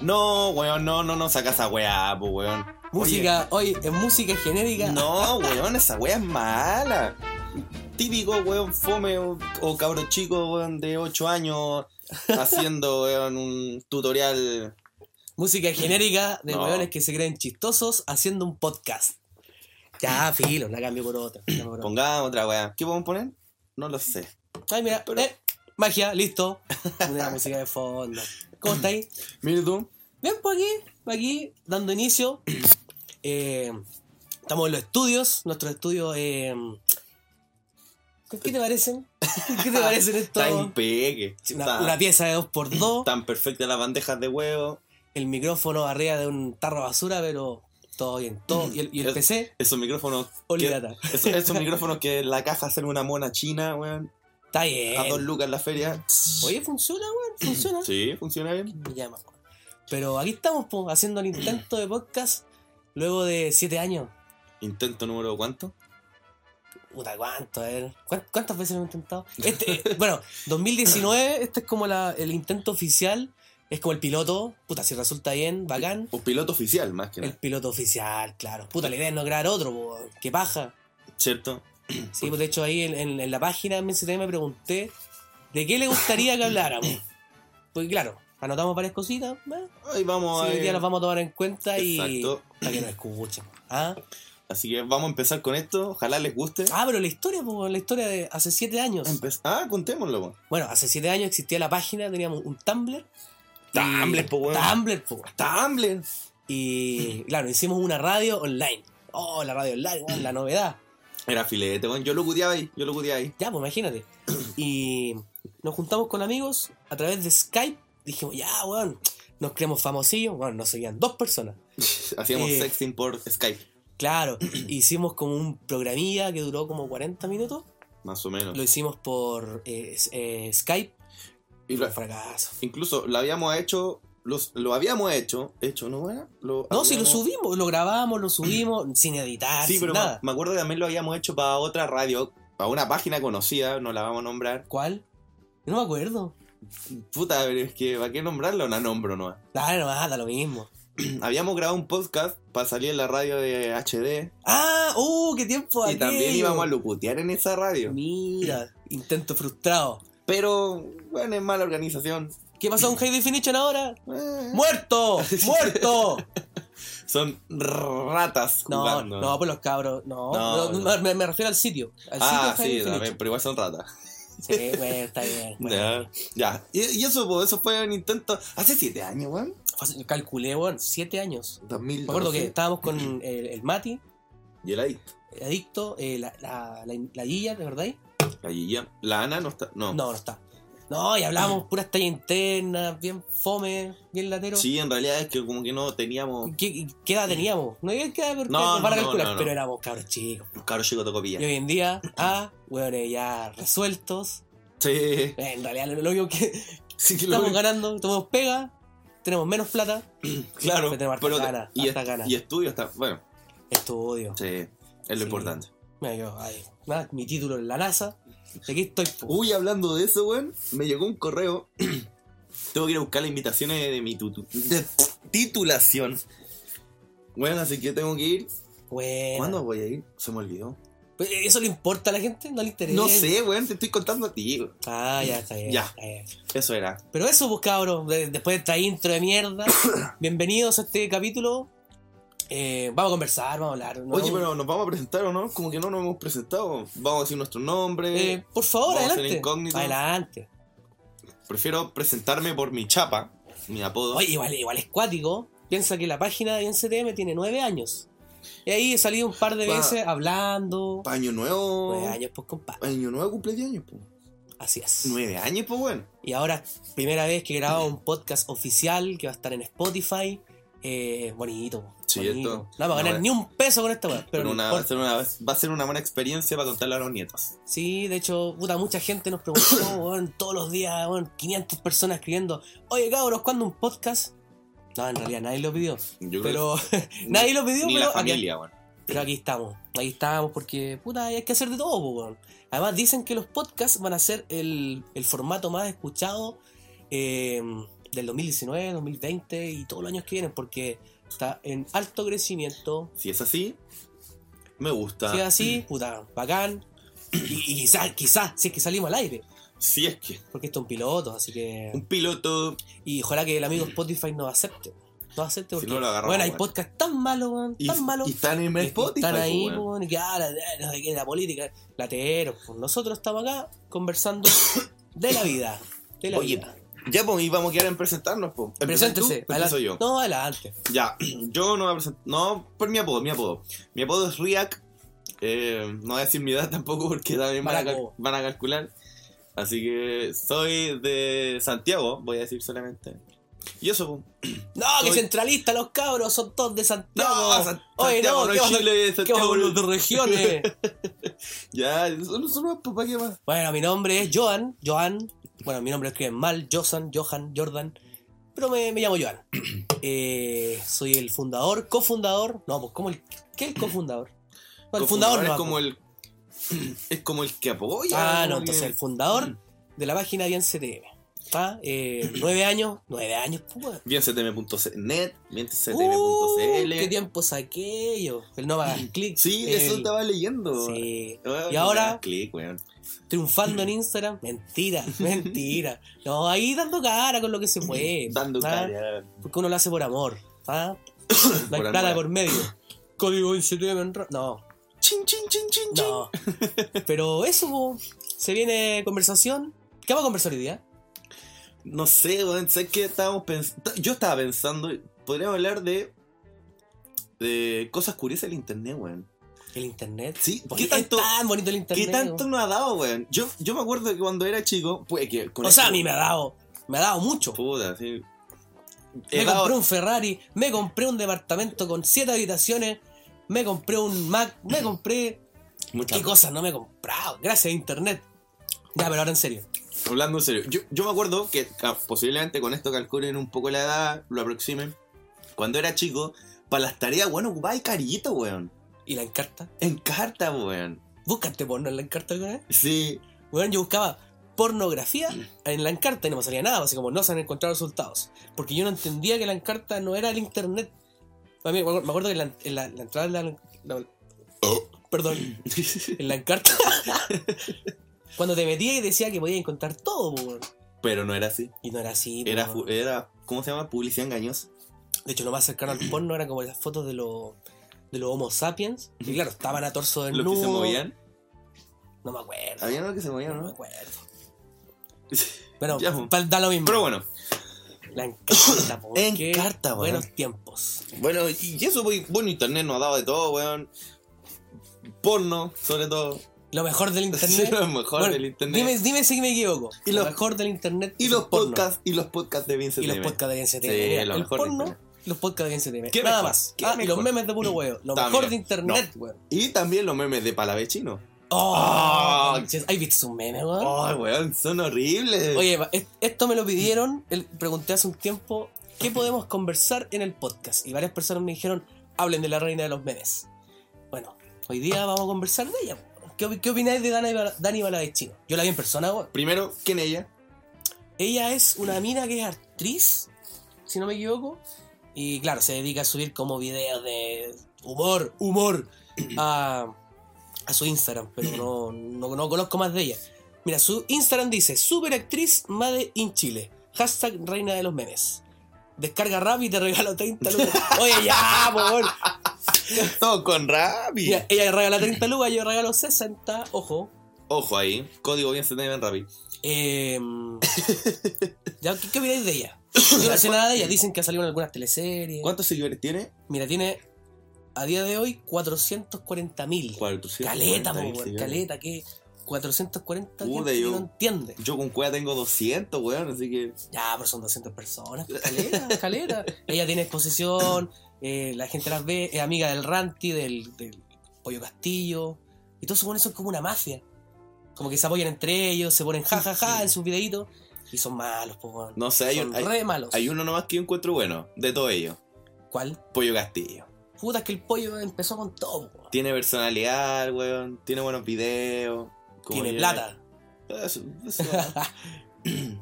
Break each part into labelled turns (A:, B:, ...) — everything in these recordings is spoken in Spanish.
A: No, weón, no, no, no saca esa weá, pues, weón.
B: Música, oye, es música genérica.
A: Oye, no, weón, esa weá es mala. Típico, weón, fome o, o cabro chico, weón, de 8 años haciendo, weón, un tutorial.
B: Música genérica de
A: No.
B: hueones que se creen chistosos haciendo un podcast. Ya, filo, la cambio por otra. la cambio por otra.
A: Pongamos otra weá. ¿Qué podemos poner? No lo sé.
B: Ay, mira,
A: Pero-
B: eh, magia, listo. Una música de fondo. ¿Cómo estáis?
A: Mire tú.
B: Bien, por aquí, por aquí, dando inicio. Eh, estamos en los estudios, nuestros estudios. eh, ¿Qué te parecen? ¿Qué te parecen
A: Está
B: estos?
A: impeque.
B: Una,
A: Está-
B: una pieza de 2x2,
A: Tan perfectas las bandejas de huevo.
B: el micrófono arriba de un tarro de basura, pero todo bien, todo. Y el, y el
A: Es-
B: PC,
A: Esos micrófonos. que,
B: olvidata.
A: esos, esos micrófonos que en la caja hacen una mona china, weón.
B: Está
A: A dos
B: bien.
A: lucas en la feria.
B: Oye, funciona, weón, funciona.
A: Sí, funciona bien.
B: Me llama. Pero aquí estamos, po, haciendo el intento de podcast luego de 7 años.
A: Intento número cuánto?
B: Puta, ¿cuánto? A ver, ¿cuán- ¿Cuántas veces lo he intentado? Este, eh, bueno, 2019, este es como la- el intento oficial, es como el piloto, puta, si resulta bien, bacán.
A: Un piloto oficial, más que
B: El
A: nada.
B: piloto oficial, claro. Puta, la idea es no crear otro, po, qué paja.
A: ¿Cierto?
B: Sí, pues de hecho ahí en, en- en la página de MCT me pregunté de qué le gustaría que habláramos. Porque claro, anotamos varias cositas, eh,
A: Ahí vamos
B: sí,
A: a.
B: hoy día las vamos a tomar en cuenta
A: Exacto.
B: y para que nos escuchen. ¿ah?
A: Así que vamos a empezar con esto. Ojalá les guste.
B: Ah, pero la historia, po, la historia de hace 7 años.
A: Empe- ah contémoslo, weón.
B: Bueno, hace siete años existía la página, teníamos un Tumblr. y-
A: Tumblr, po, weón.
B: Tumblr, po.
A: Tumblr.
B: Y claro, hicimos una radio online. Oh, la radio online, weón, la novedad.
A: Era filete, weón. Yo lo cuteaba ahí. Yo lo cuteaba ahí.
B: Ya, pues imagínate. Y nos juntamos con amigos a través de Skype. Dijimos, ya, weón, nos creemos famosillos. Bueno, nos seguían dos personas.
A: Hacíamos
B: Eh.
A: sexting por Skype,
B: Claro, hicimos como un programilla que duró como 40 minutos.
A: más o menos.
B: Lo hicimos por eh, s- eh, Skype.
A: Y
B: Fue
A: lo-
B: un fracaso.
A: incluso lo habíamos hecho. Los, lo habíamos hecho. ¿Hecho, no era? Lo
B: No, si lo
A: habíamos-
B: subimos, lo grabamos, lo subimos sin editar,
A: Sí,
B: sin
A: pero
B: nada.
A: me, me acuerdo que también lo habíamos hecho para otra radio, para una página conocida, no la vamos a nombrar.
B: ¿Cuál? No me acuerdo.
A: Puta, pero es que, ¿para qué nombrarla o la nombro no?
B: Dale nomás, da lo mismo.
A: habíamos grabado un podcast para salir en la radio de HD
B: ¡Ah! ¡Uh! ¡Qué tiempo
A: y también
B: aquello!
A: íbamos a locutear en esa radio.
B: Mira, intento frustrado.
A: Pero, bueno, es mala organización.
B: ¿Qué pasó con High Definition ahora?
A: Eh,
B: ¡Muerto! ¡Muerto!
A: Son ratas
B: No,
A: jugando.
B: no, pues los cabros, no.
A: No,
B: no,
A: no.
B: Me, me refiero al sitio. Al
A: Ah,
B: sitio de
A: sí,
B: High
A: también, pero igual son ratas.
B: Definition. Sí, bueno, está bien. bueno.
A: Ya. ya. Y, y eso, po, eso fue un intento hace siete años, weón.
B: Fue hace- Calculé, bueno, siete años.
A: 2012.
B: Me acuerdo que estábamos con el, el Mati,
A: Y el ahí.
B: el adicto, eh, la, la, la, la Gilla, ¿de verdad?
A: Allí ya. La Ana no está. No.
B: No, no está. No, y hablábamos puras tallas internas, bien fome, bien latero.
A: Sí, en realidad es que como que no teníamos.
B: ¿Qué, qué edad teníamos? No hay qué edad porque
A: No,
B: nos van a
A: no,
B: calcular,
A: no, no.
B: pero éramos cabros chicos.
A: Caro chico
B: Y
A: tocopilla.
B: hoy en día, ah, hueones ya resueltos.
A: Sí.
B: Eh, En realidad, lo lo único que
A: Sí, que lo-
B: estamos ganando, tomamos pega, tenemos menos plata.
A: Claro.
B: Pero tenemos hartas ganas,
A: y,
B: hartas ganas.
A: y estudio está. Bueno,
B: Estudio.
A: sí. Es lo
B: Sí.
A: importante.
B: Mira, yo, ay, nada, mi título en la NASA. Y aquí estoy. po.
A: Uy, hablando de eso, weón, me llegó un correo. Tengo que ir a buscar las invitaciones de mi tutu- de titulación. Bueno, así que tengo que ir.
B: Buena.
A: ¿Cuándo voy a ir? Se me olvidó.
B: Pues, ¿Eso le importa a la gente? ¿No le interesa?
A: No sé, weón, te estoy contando a ti. weón.
B: Ah, ya está bien.
A: Ya.
B: está bien.
A: Eso era.
B: Pero eso, pues cabros, de- después de esta intro de mierda, bienvenidos a este capítulo. Eh, vamos a conversar, vamos a hablar. ¿no?
A: Oye, pero ¿nos vamos a presentar o no? Como que no nos hemos presentado. Vamos a decir nuestro nombre.
B: Eh, por favor,
A: Vamos a ser
B: adelante.
A: incógnitos.
B: Adelante.
A: Prefiero presentarme por mi chapa, mi apodo.
B: Oye, igual, igual es cuático. Piensa que la página de INCTM tiene nueve años. Y ahí he salido un par de
A: Pa-
B: veces hablando.
A: Pa' Año nuevo.
B: Nueve años, pues compadre.
A: Año nuevo cumple 10 años, po.
B: Así es.
A: 9 años, pues, weón.
B: Y ahora, primera vez que grabo un podcast oficial que va a estar en Spotify. Eh, bonito.
A: Sí, esto-
B: bonito. No vamos a
A: no,
B: ganar
A: eh.
B: ni un peso con esta weá.
A: Pero
B: Pero no
A: una- va, a
B: importa.
A: ser una, va a ser una buena experiencia para contarle a los nietos.
B: Sí, de hecho, puta, mucha gente nos preguntó, weón, todos los días, weón, 500 personas escribiendo, oye cabros, ¿cuándo un podcast? No, en realidad nadie lo pidió,
A: Yo
B: pero
A: que ni-
B: nadie lo pidió,
A: ni
B: pero,
A: la
B: aquí,
A: familia, weón.
B: pero aquí estamos, aquí estamos porque, puta, hay que hacer de todo, po, weón. Además dicen que los podcasts van a ser el, el formato más escuchado eh, del 2019, 2020 y todos los años que vienen, porque está en alto crecimiento.
A: Si es así, me gusta.
B: Si es así, puta, bacán. Y, y quizás, quizás, si es que salimos al aire,
A: Si es que
B: porque esto es un piloto, así que.
A: un piloto
B: Y ojalá que el amigo Spotify nos acepte. Nos acepte
A: Si
B: porque.
A: no lo agarramos,
B: bueno, hay
A: bueno.
B: podcasts tan malos, weón,
A: y,
B: tan malos.
A: y están en
B: y
A: Spotify.
B: están ahí,
A: pues, weón.
B: weón, y que, ah, la, la- la- la política, latero. pues, Nosotros estamos acá conversando de la vida. De la
A: Oye,
B: vida.
A: Ya, pues, y vamos a quedar en presentarnos, pues. ¿Empiezas tú?
B: Preséntese.
A: Empiezo
B: Adelante.
A: yo.
B: No, adelante.
A: Ya, yo no voy a presentar. No, por mi apodo, mi apodo. Mi apodo es Riak. Eh, no voy a decir mi edad tampoco porque también van a, cal-
B: Baracobo.
A: van a calcular. Así que soy de Santiago, voy a decir solamente. Y eso, po.
B: No,
A: Soy-
B: que centralistas los cabros, son todos de Santiago.
A: San-
B: Oye,
A: Santiago
B: no,
A: no
B: ¿qué
A: es
B: vas a-
A: Chile,
B: ¿Qué
A: Santiago
B: boludo
A: no-
B: de regiones?
A: Ya, solo, solo, pues, ¿para qué más?
B: bueno, mi nombre es Joan. Joan. Bueno, mi nombre lo escriben mal. Josan, Johan, Jordan. Pero me, me llamo Joan. Eh, soy el fundador, cofundador. No, pues, ¿cómo el, ¿qué es el cofundador? No, Pues el fundador
A: es
B: no.
A: como el. Es como el que apoya. como
B: Ah, no,
A: que-
B: entonces el fundador
A: Mm.
B: de la página bien CTM. ¿Ah? Eh, nueve años, nueve años, pues.
A: Bien ctm.net, bien
B: Uh,
A: ctm.cl.
B: ¿Qué tiempos aquello? El no hagas clic.
A: Mm. sí,
B: el-
A: eso estaba leyendo.
B: Sí.
A: Ah,
B: Y ahora-
A: me das clic, weón.
B: Triunfando en Instagram. Mentira, mentira. No, ahí dando cara con lo que se puede.
A: Dando
B: ¿ah?
A: cara.
B: Porque uno lo hace por amor. ¿ah? No hay
A: Por
B: plata
A: amor.
B: por medio. Código 27 en ra- No,
A: Chin, chin, chin, chin, chin.
B: no. Pero eso, po. se viene conversación. ¿Qué vamos a conversar hoy día?
A: No sé, weón. Sé que estábamos pensando. Yo estaba pensando, podríamos hablar de. de cosas curiosas del internet, weón.
B: El internet.
A: Sí,
B: Porque
A: ¿qué tanto,
B: es tan bonito el internet.
A: ¿qué tanto nos ha dado, weón? Yo, yo me acuerdo que cuando era chico. Pues que. con
B: O sea, a
A: esto-
B: mí me ha dado. Me ha dado mucho.
A: Puta, sí. He
B: Me
A: dado-
B: compré un Ferrari, me compré un departamento con siete habitaciones, me compré un Mac, me compré.
A: muchas
B: ¿Qué cosas no me he comprado? Gracias a internet. Ya, pero ahora en serio.
A: Hablando en serio, yo, yo me acuerdo que ah, posiblemente con esto calculen un poco la edad, lo aproximen. Cuando era chico, para las tareas, weón, ocupaba el carillito, weón.
B: ¿Y la encarta?
A: En carta, weón.
B: ¿Búscate porno en la encarta alguna vez?
A: Sí,
B: Bueno, yo buscaba pornografía en la encarta y no me salía nada, así como no se han encontrado resultados. Porque yo no entendía que la encarta no era el internet. A mí me acuerdo me acuerdo que en la, en la- la entrada de la. la-
A: Oh.
B: Perdón, en la encarta. cuando te metía y decía que podías encontrar todo, po, weón.
A: pero no era así.
B: Y no era así. po,
A: Era,
B: weón.
A: fu- era ¿cómo se llama? Publicidad engañosa.
B: De hecho, lo más cercano al porno era como esas fotos de los de los Homo sapiens. Y claro, estaban a torso
A: Los
B: desnudo.
A: que se movían.
B: No me acuerdo.
A: Había unos que se
B: no
A: movían,
B: me
A: ¿no?
B: acuerdo. Bueno,
A: Ya, po.
B: pa- da lo mismo.
A: Pero bueno,
B: La encarta, po,
A: En
B: qué
A: carta, weón.
B: Buenos tiempos.
A: bueno, y eso, pues, bueno, internet nos ha dado de todo, weón. Porno, sobre todo.
B: Lo mejor del internet.
A: lo mejor
B: Bueno,
A: del internet.
B: Dime, dime si me equivoco.
A: Y
B: lo
A: los-
B: mejor del internet.
A: y
B: es
A: los
B: el porno.
A: podcasts, y los podcasts de Vincent
B: Y los
A: Demme.
B: podcasts de NCTV.
A: Sí,
B: Mira,
A: lo
B: el
A: mejor del
B: porno,
A: internet.
B: los podcasts de NCTV.
A: ¿Qué
B: Nada
A: mejor?
B: más.
A: ¿Qué
B: Ah, y
A: mejor?
B: los memes de puro huevo. Lo
A: También.
B: mejor de internet, weón.
A: Y también los memes de Palavechino.
B: Oh,
A: Oh.
B: conches. ¿Hay visto un meme, weón?
A: Ay, weón, son horribles.
B: ¿Ah? Oye, Eva, es- esto me lo pidieron, el- pregunté hace un tiempo, ¿qué podemos conversar en el podcast? Y varias personas me dijeron, hablen de la reina de los memes. Bueno, hoy día vamos a conversar de ella. po. ¿Qué, opi- qué opináis de Dani, Bala- Dani Baladechino? Yo la vi en persona, weón.
A: Primero, ¿quién ella?
B: Ella es una mina que es actriz, si no me equivoco. Y claro, se dedica a subir como videos de humor, humor a, a su Instagram, pero no, no, no conozco más de ella. Mira, su Instagram dice, superactriz Made in Chile. Hashtag reina de los memes. Descarga rap y te regalo 30 lucas. Oye, ya, por favor.
A: Todo con Rappi.
B: Mira, ella regala 30 lucas, yo regalo 60. Ojo.
A: Ojo ahí, código bien se tiene en Rappi.
B: Eh, ya, ¿qué, qué opináis de ella? Yo no sé nada de ella. Dicen que ha salido en algunas teleseries.
A: ¿Cuántos seguidores tiene?
B: Mira, tiene a día de hoy 440 mil.
A: 400.
B: Caleta, po,
A: 40.000
B: weón,
A: seguidores.
B: caleta, que 440
A: Puta,
B: gente que
A: yo-
B: no entiende.
A: Yo con cueva tengo 200, weón, así que.
B: Ya, pero son 200 personas. pues, Caleta, caleta. Ella tiene exposición, eh, la gente las ve, es amiga del Ranti, del, del Pollo Castillo. Y todos supone son como una mafia. Como que se apoyan entre ellos, se ponen jajaja en sus videitos. Y son malos, po, weón.
A: No sé, hay,
B: son
A: hay-
B: re malos.
A: hay uno nomás que yo encuentro bueno, de todo ello.
B: ¿Cuál?
A: Pollo Castillo.
B: Puta, es que el pollo empezó con todo, po, weón.
A: Tiene personalidad, weón, tiene buenos videos. como
B: Tiene
A: ya-
B: plata.
A: Eso, eso.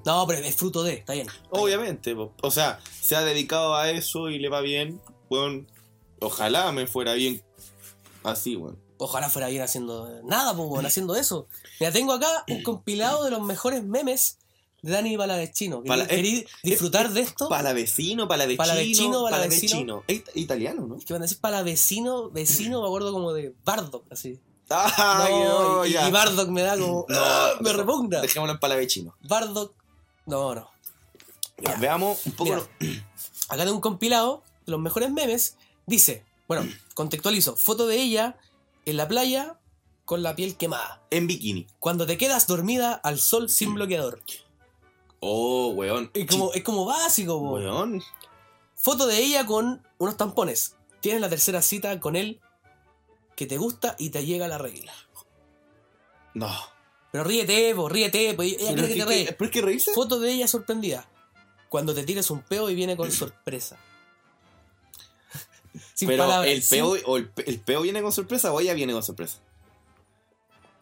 B: No, pero es fruto de, está bien.
A: Obviamente, po. o sea, se ha dedicado a eso y le va bien. Weón, ojalá me fuera bien así, weón.
B: Ojalá fuera bien haciendo nada, pues, weón, haciendo eso. Mira, tengo acá un compilado de los mejores memes de Dani Palavecino.
A: Pala- eh,
B: ¿Queréis queréis Eh, disfrutar de esto?
A: Palavecino, palavecino,
B: Palavecino,
A: palavecino.
B: palavecino.
A: Es it- italiano, ¿no?
B: Que van a decir palavecino, vecino, me acuerdo como de Bardock, así.
A: Ah,
B: No,
A: no,
B: y,
A: ya.
B: y Bardock me da como.
A: No,
B: ¡ah! me
A: deja-
B: repugna.
A: Dejémoslo en palavecino.
B: Bardock. No, no.
A: Ya,
B: Ya.
A: Veamos un poco.
B: Mira, acá tengo un compilado de los mejores memes. Dice, bueno, contextualizo, foto de ella en la playa con la piel quemada.
A: En bikini.
B: Cuando te quedas dormida al sol sin bloqueador.
A: Oh, weón.
B: Es como, es como básico, po.
A: Weón.
B: Foto de ella con unos tampones. Tienes la tercera cita con él que te gusta y te llega la regla.
A: No.
B: Pero ríete, po, ríete, po. Ella
A: Pero
B: cree
A: es
B: que te
A: que,
B: reí.
A: pero es que reírse.
B: Foto de ella sorprendida. Cuando te tiras un peo y viene con sorpresa. Sin
A: Pero
B: palabras,
A: el
B: sin-
A: peo, o el, pe- el peo viene con sorpresa o ella viene con sorpresa.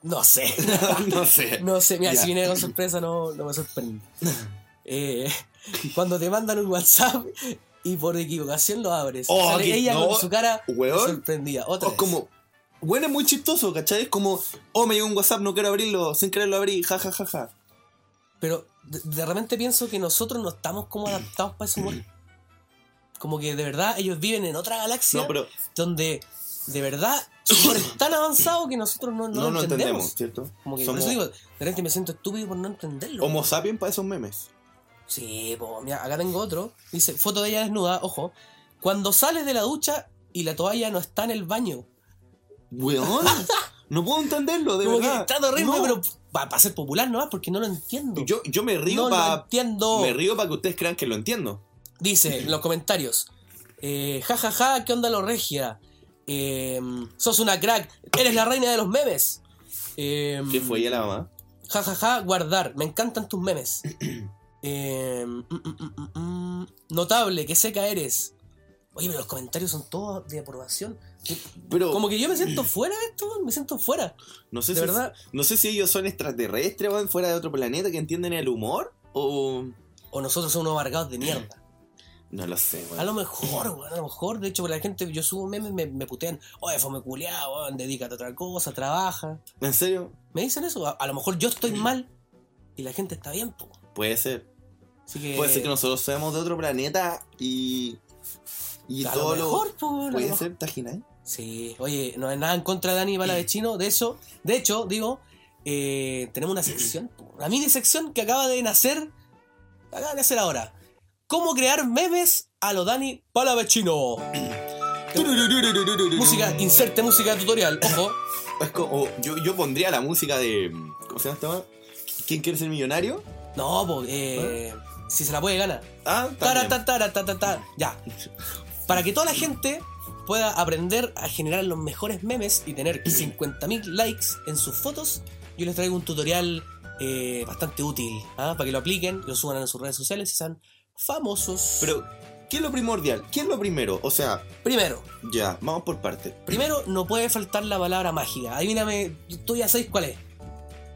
B: No sé.
A: no sé.
B: No sé, mira,
A: Ya.
B: si viene con sorpresa no, no me sorprende. Eh, cuando te mandan un WhatsApp y por equivocación lo abres.
A: Oh,
B: sale
A: que
B: ella
A: no,
B: con su cara
A: Weón.
B: sorprendida. Otra
A: O
B: vez.
A: como. Bueno, es muy chistoso, ¿cachai? Es como, oh, me llegó un WhatsApp, no quiero abrirlo, sin querer lo abrí, ja, ja, ja, ja.
B: Pero de, de repente pienso que nosotros no estamos como adaptados para ese humor. Como que de verdad ellos viven en otra galaxia
A: No, pero
B: donde de verdad su humor es tan avanzado que nosotros no,
A: no,
B: no lo
A: no
B: entendemos.
A: entendemos, ¿cierto?
B: Como que por
A: Somos
B: eso digo, de repente me siento estúpido por no entenderlo.
A: Homo sapiens para esos memes.
B: Sí, po, mira, acá tengo otro. Dice, foto de ella desnuda, ojo. Cuando sales de la ducha y la toalla no está en el baño.
A: Weón, no puedo entenderlo, de
B: Como que
A: verdad.
B: está horrible,
A: No.
B: pero para ser popular nomás, porque no lo entiendo.
A: Yo, yo me río
B: no lo
A: para.
B: entiendo.
A: Me río para que ustedes crean que lo entiendo.
B: Dice en los comentarios. eh, ja, ja, ja, ¿qué onda lo regia? Eh, sos una crack, eres la reina de los memes. Eh,
A: ¿Qué fue ella la mamá?
B: Ja, ja, ja, guardar. Me encantan tus memes. Eh, mm, mm, mm, mm, mm. Notable, que seca eres. Oye, pero los comentarios son todos de aprobación.
A: Pero
B: Como que yo me siento fuera de esto, me siento fuera.
A: no sé
B: de
A: si
B: verdad.
A: no sé si ellos son extraterrestres o fuera de otro planeta que entienden el humor o
B: O nosotros somos unos amargados de mierda.
A: no lo sé, weón.
B: A lo mejor, weón, a lo mejor. De hecho, la gente, yo subo memes, me, me putean. Oye, fome culiado, weón, dedícate a otra cosa, trabaja.
A: ¿En serio?
B: Me dicen eso. A, a lo mejor yo estoy mal y la gente está bien, po.
A: Puede ser.
B: Así que.
A: Puede ser que nosotros seamos de otro planeta y y
B: a lo
A: todo lo
B: mejor, po, weón, a lo
A: puede
B: mejor.
A: ser Tajinay.
B: Sí, oye, no es nada en contra de Dani Palavecino, de eso, de hecho, digo, eh, tenemos una sección, una mini sección que acaba de nacer, acaba de nacer ahora. ¿Cómo crear memes a lo Dani Palavecino? música, inserte música de tutorial, ojo.
A: Es como- o yo, yo pondría la música de ¿cómo se llama esta? weá? ¿Quién quiere ser millonario?
B: No, po, eh, si se la puede ganar.
A: Ah, también.
B: Tara, ta, tara, ta, ta, ta. Ya. Para que toda la gente pueda aprender a generar los mejores memes y tener 50.000 likes en sus fotos, yo les traigo un tutorial eh, bastante útil ¿ah? para que lo apliquen, lo suban en sus redes sociales y sean famosos.
A: Pero ¿qué es lo primordial? ¿Qué es lo primero? O sea,
B: primero,
A: ya, vamos por parte.
B: primero no puede faltar la palabra mágica. Adivíname, tú ya sabes cuál es.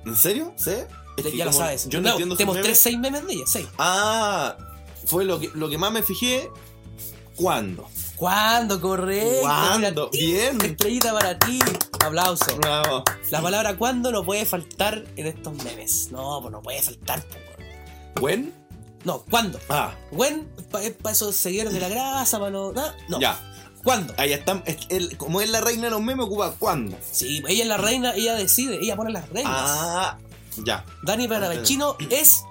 A: ¿En serio? ¿Sí? Es que
B: ya lo
A: como
B: sabes.
A: Yo no,
B: No,
A: entiendo
B: Te
A: sus
B: mostré
A: memes.
B: seis memes de ella, seis.
A: Ah, fue lo que, lo que más me fijé. ¿Cuándo?
B: ¿Cuándo? Correcto.
A: ¿Cuándo?
B: Mira, ti,
A: Bien.
B: Estrellita para ti. Aplauso.
A: Bravo.
B: La palabra cuándo no puede faltar en estos memes. No, pues no puede faltar. po, weón.
A: ¿When?
B: No, ¿cuándo?
A: Ah,
B: ¿When? ¿Para esos seguidores de la grasa? Para no, no, no.
A: ya.
B: ¿Cuándo?
A: Ahí está. es- el- como es la reina de los memes, ocupa ¿cuándo?
B: Sí, ella es la reina, ella decide, ella pone las reglas.
A: Ah, ya.
B: Dani Paravecino es,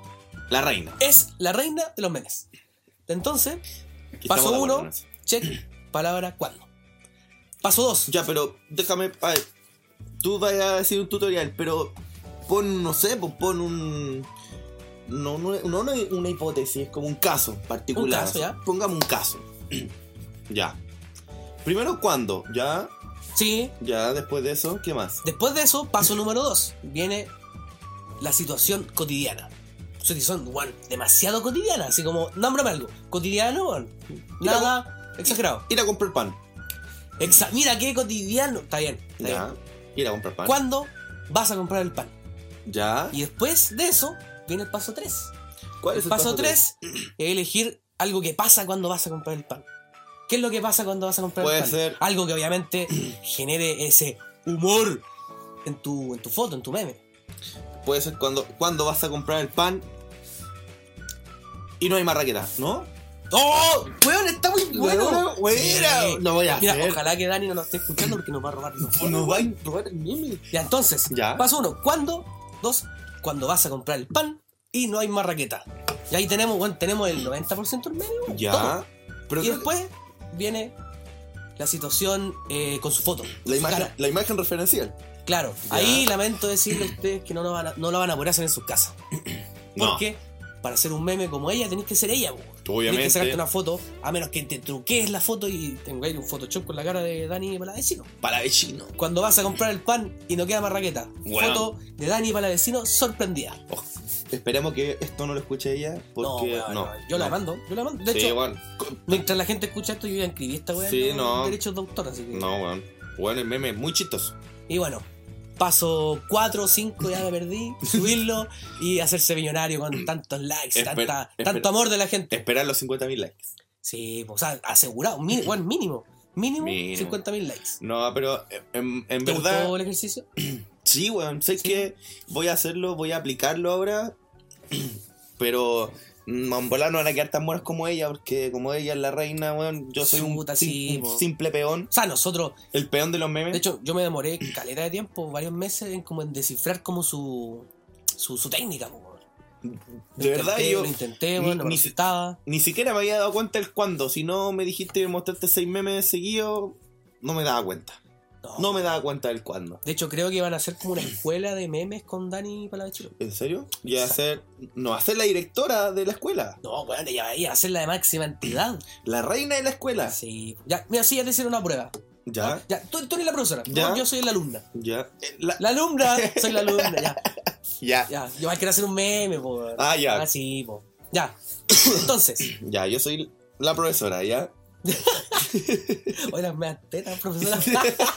A: La reina.
B: es la reina de los memes. Entonces,
A: Aquí
B: paso
A: estamos de acuerdo
B: uno,
A: en eso.
B: check, palabra cuándo. Paso dos,
A: Ya, pero déjame. a ver, tú vas a decir un tutorial, pero pon, no sé, pues pon un. No, no, no, no hay una hipótesis, es como un caso particular.
B: Un caso, ya.
A: Pongamos un caso. ya. Primero, ¿cuándo? Ya.
B: sí.
A: Ya, después de eso, ¿qué más?
B: Después de eso, paso número dos, viene la situación cotidiana. Situación, weón, demasiado cotidiana, así como, nómbrame algo, cotidiano, weón. Nada, exagerado.
A: Ir a comprar pan.
B: Exa- Mira qué cotidiano. Está bien. está bien.
A: Ya. Ir a comprar pan.
B: ¿Cuándo vas a comprar el pan?
A: Ya.
B: Y después de eso, viene el paso 3.
A: ¿Cuál
B: El paso 3 es elegir algo que pasa cuando vas a comprar el pan. ¿Qué es lo que pasa cuando vas a comprar
A: Puede
B: el pan?
A: ser.
B: Algo que obviamente genere ese humor en tu, en tu foto, en tu meme.
A: Puede ser cuando, cuando vas a comprar el pan y no hay marraqueta, ¿no?
B: ¡Oh! ¡Weón, está muy bueno!
A: Weón, weón,
B: Sí.
A: no voy a
B: Mira,
A: hacer.
B: ojalá que Dani no nos esté escuchando porque nos va a robar los fondos.
A: Nos va a improbar el meme.
B: Ya, entonces,
A: Ya.
B: paso uno, ¿cuándo? Dos, cuando vas a comprar el pan y no hay más raqueta. Y ahí tenemos, bueno, tenemos el 90% del medio. weón. Todo.
A: Ya. Pero
B: Y después viene la situación eh, con su foto.
A: la,
B: su
A: imagen,
B: cara.
A: la imagen referencial.
B: Claro,
A: Ya.
B: ahí lamento decirle a ustedes que no, lo van a, no la van a poder hacer en sus casas.
A: No.
B: Porque para hacer un meme como ella tenés que ser ella, weón. Tienes que sacarte
A: Obviamente,
B: una foto, a menos que te truquees la foto y tengáis un Photoshop con la cara de Dani Palavecino.
A: para vecino.
B: Cuando vas a comprar el pan y no queda más raqueta.
A: Weón.
B: Foto de Dani Palavecino sorprendida.
A: Esperemos que esto no lo escuche ella, porque
B: weón,
A: no.
B: no, yo la mando, yo la mando. De
A: sí,
B: hecho,
A: weón.
B: mientras la gente escucha esto, yo ya escribí esta weá
A: Sí,
B: en
A: no.
B: derechos de autor, así que.
A: No, weón. Weón, el meme es muy chistoso.
B: Y bueno, paso 4 o 5, ya me perdí, subirlo y hacerse millonario
A: Mm.
B: con tantos likes,
A: Espera,
B: tanta-
A: espera.
B: tanto amor de la gente.
A: Esperar los 50.000 likes.
B: Sí, pues, o sea, asegurado, mínimo, bueno, mínimo, mínimo,
A: Mínimo.
B: 50.000 likes.
A: No, pero en, en
B: ¿Te
A: verdad.
B: gustó el ejercicio?
A: Sí, weón, sé
B: Sí.
A: que voy a hacerlo, voy a aplicarlo ahora, pero mm, en volar no van a quedar tan buenos como ella, porque como ella es la reina, weón, yo soy un,
B: Puta,
A: sim-
B: sí,
A: un
B: po.
A: simple peón,
B: O sea, nosotros,
A: el peón de los memes.
B: de hecho, yo me demoré caleta de tiempo, varios meses, en como en descifrar como su, su, su técnica, po, weón. Lo
A: de verdad,
B: intenté,
A: yo
B: Lo
A: ni-
B: intenté, bueno, me
A: ni
B: lo
A: si-
B: aceptaba.
A: ni siquiera me había dado cuenta el cuándo, si no me dijiste que mostraste seis memes seguidos, no me daba cuenta,
B: No.
A: no me daba cuenta del cuándo.
B: De hecho, creo que van a hacer como una escuela de memes con Dani Palavecino.
A: ¿En serio? Y
B: Exacto.
A: hacer, no, hacer la directora de la escuela,
B: No, bueno, ya ahí, hacerla de máxima entidad.
A: la reina de la escuela.
B: Sí. Ah. Ya, mira, sí, ya te hicieron una prueba.
A: Ya,
B: Ya, tú, tú eres la profesora.
A: Ah. Ya.
B: No, yo soy la alumna.
A: ya, eh, la-
B: La alumna, soy la alumna, ya.
A: ya,
B: Ya, yo voy a querer hacer un meme, po. weón.
A: ah, ya,
B: Ah, sí, po. Ya. Entonces,
A: ya, yo soy la profesora, ya.
B: Hoy las meas tetas, profesora.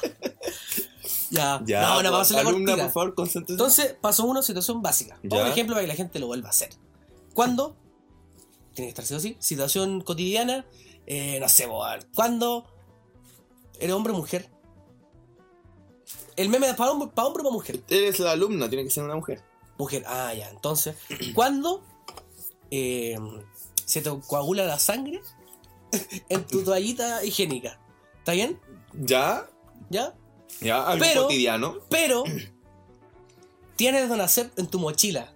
B: ya.
A: Ya,
B: no, no,
A: po,
B: vamos a hacer la
A: alumna,
B: cortina.
A: por favor, concéntrese.
B: Entonces, paso uno, situación básica.
A: Ya.
B: Por ejemplo para que la gente lo vuelva a hacer. ¿Cuándo? Tiene que estar sido así. Situación cotidiana. eh, no sé, bo, a ver, ¿cuándo? ¿Eres hombre o mujer? El meme es para hombre, para hombre o para mujer.
A: Eres la alumna, tiene que ser una mujer.
B: Mujer, ah, ya, entonces. ¿Cuándo eh, se te coagula la sangre en tu toallita higiénica? ¿Está bien?
A: Ya,
B: ¿Ya?
A: ya, algo
B: Pero-
A: cotidiano.
B: Pero tienes Donacep en tu mochila.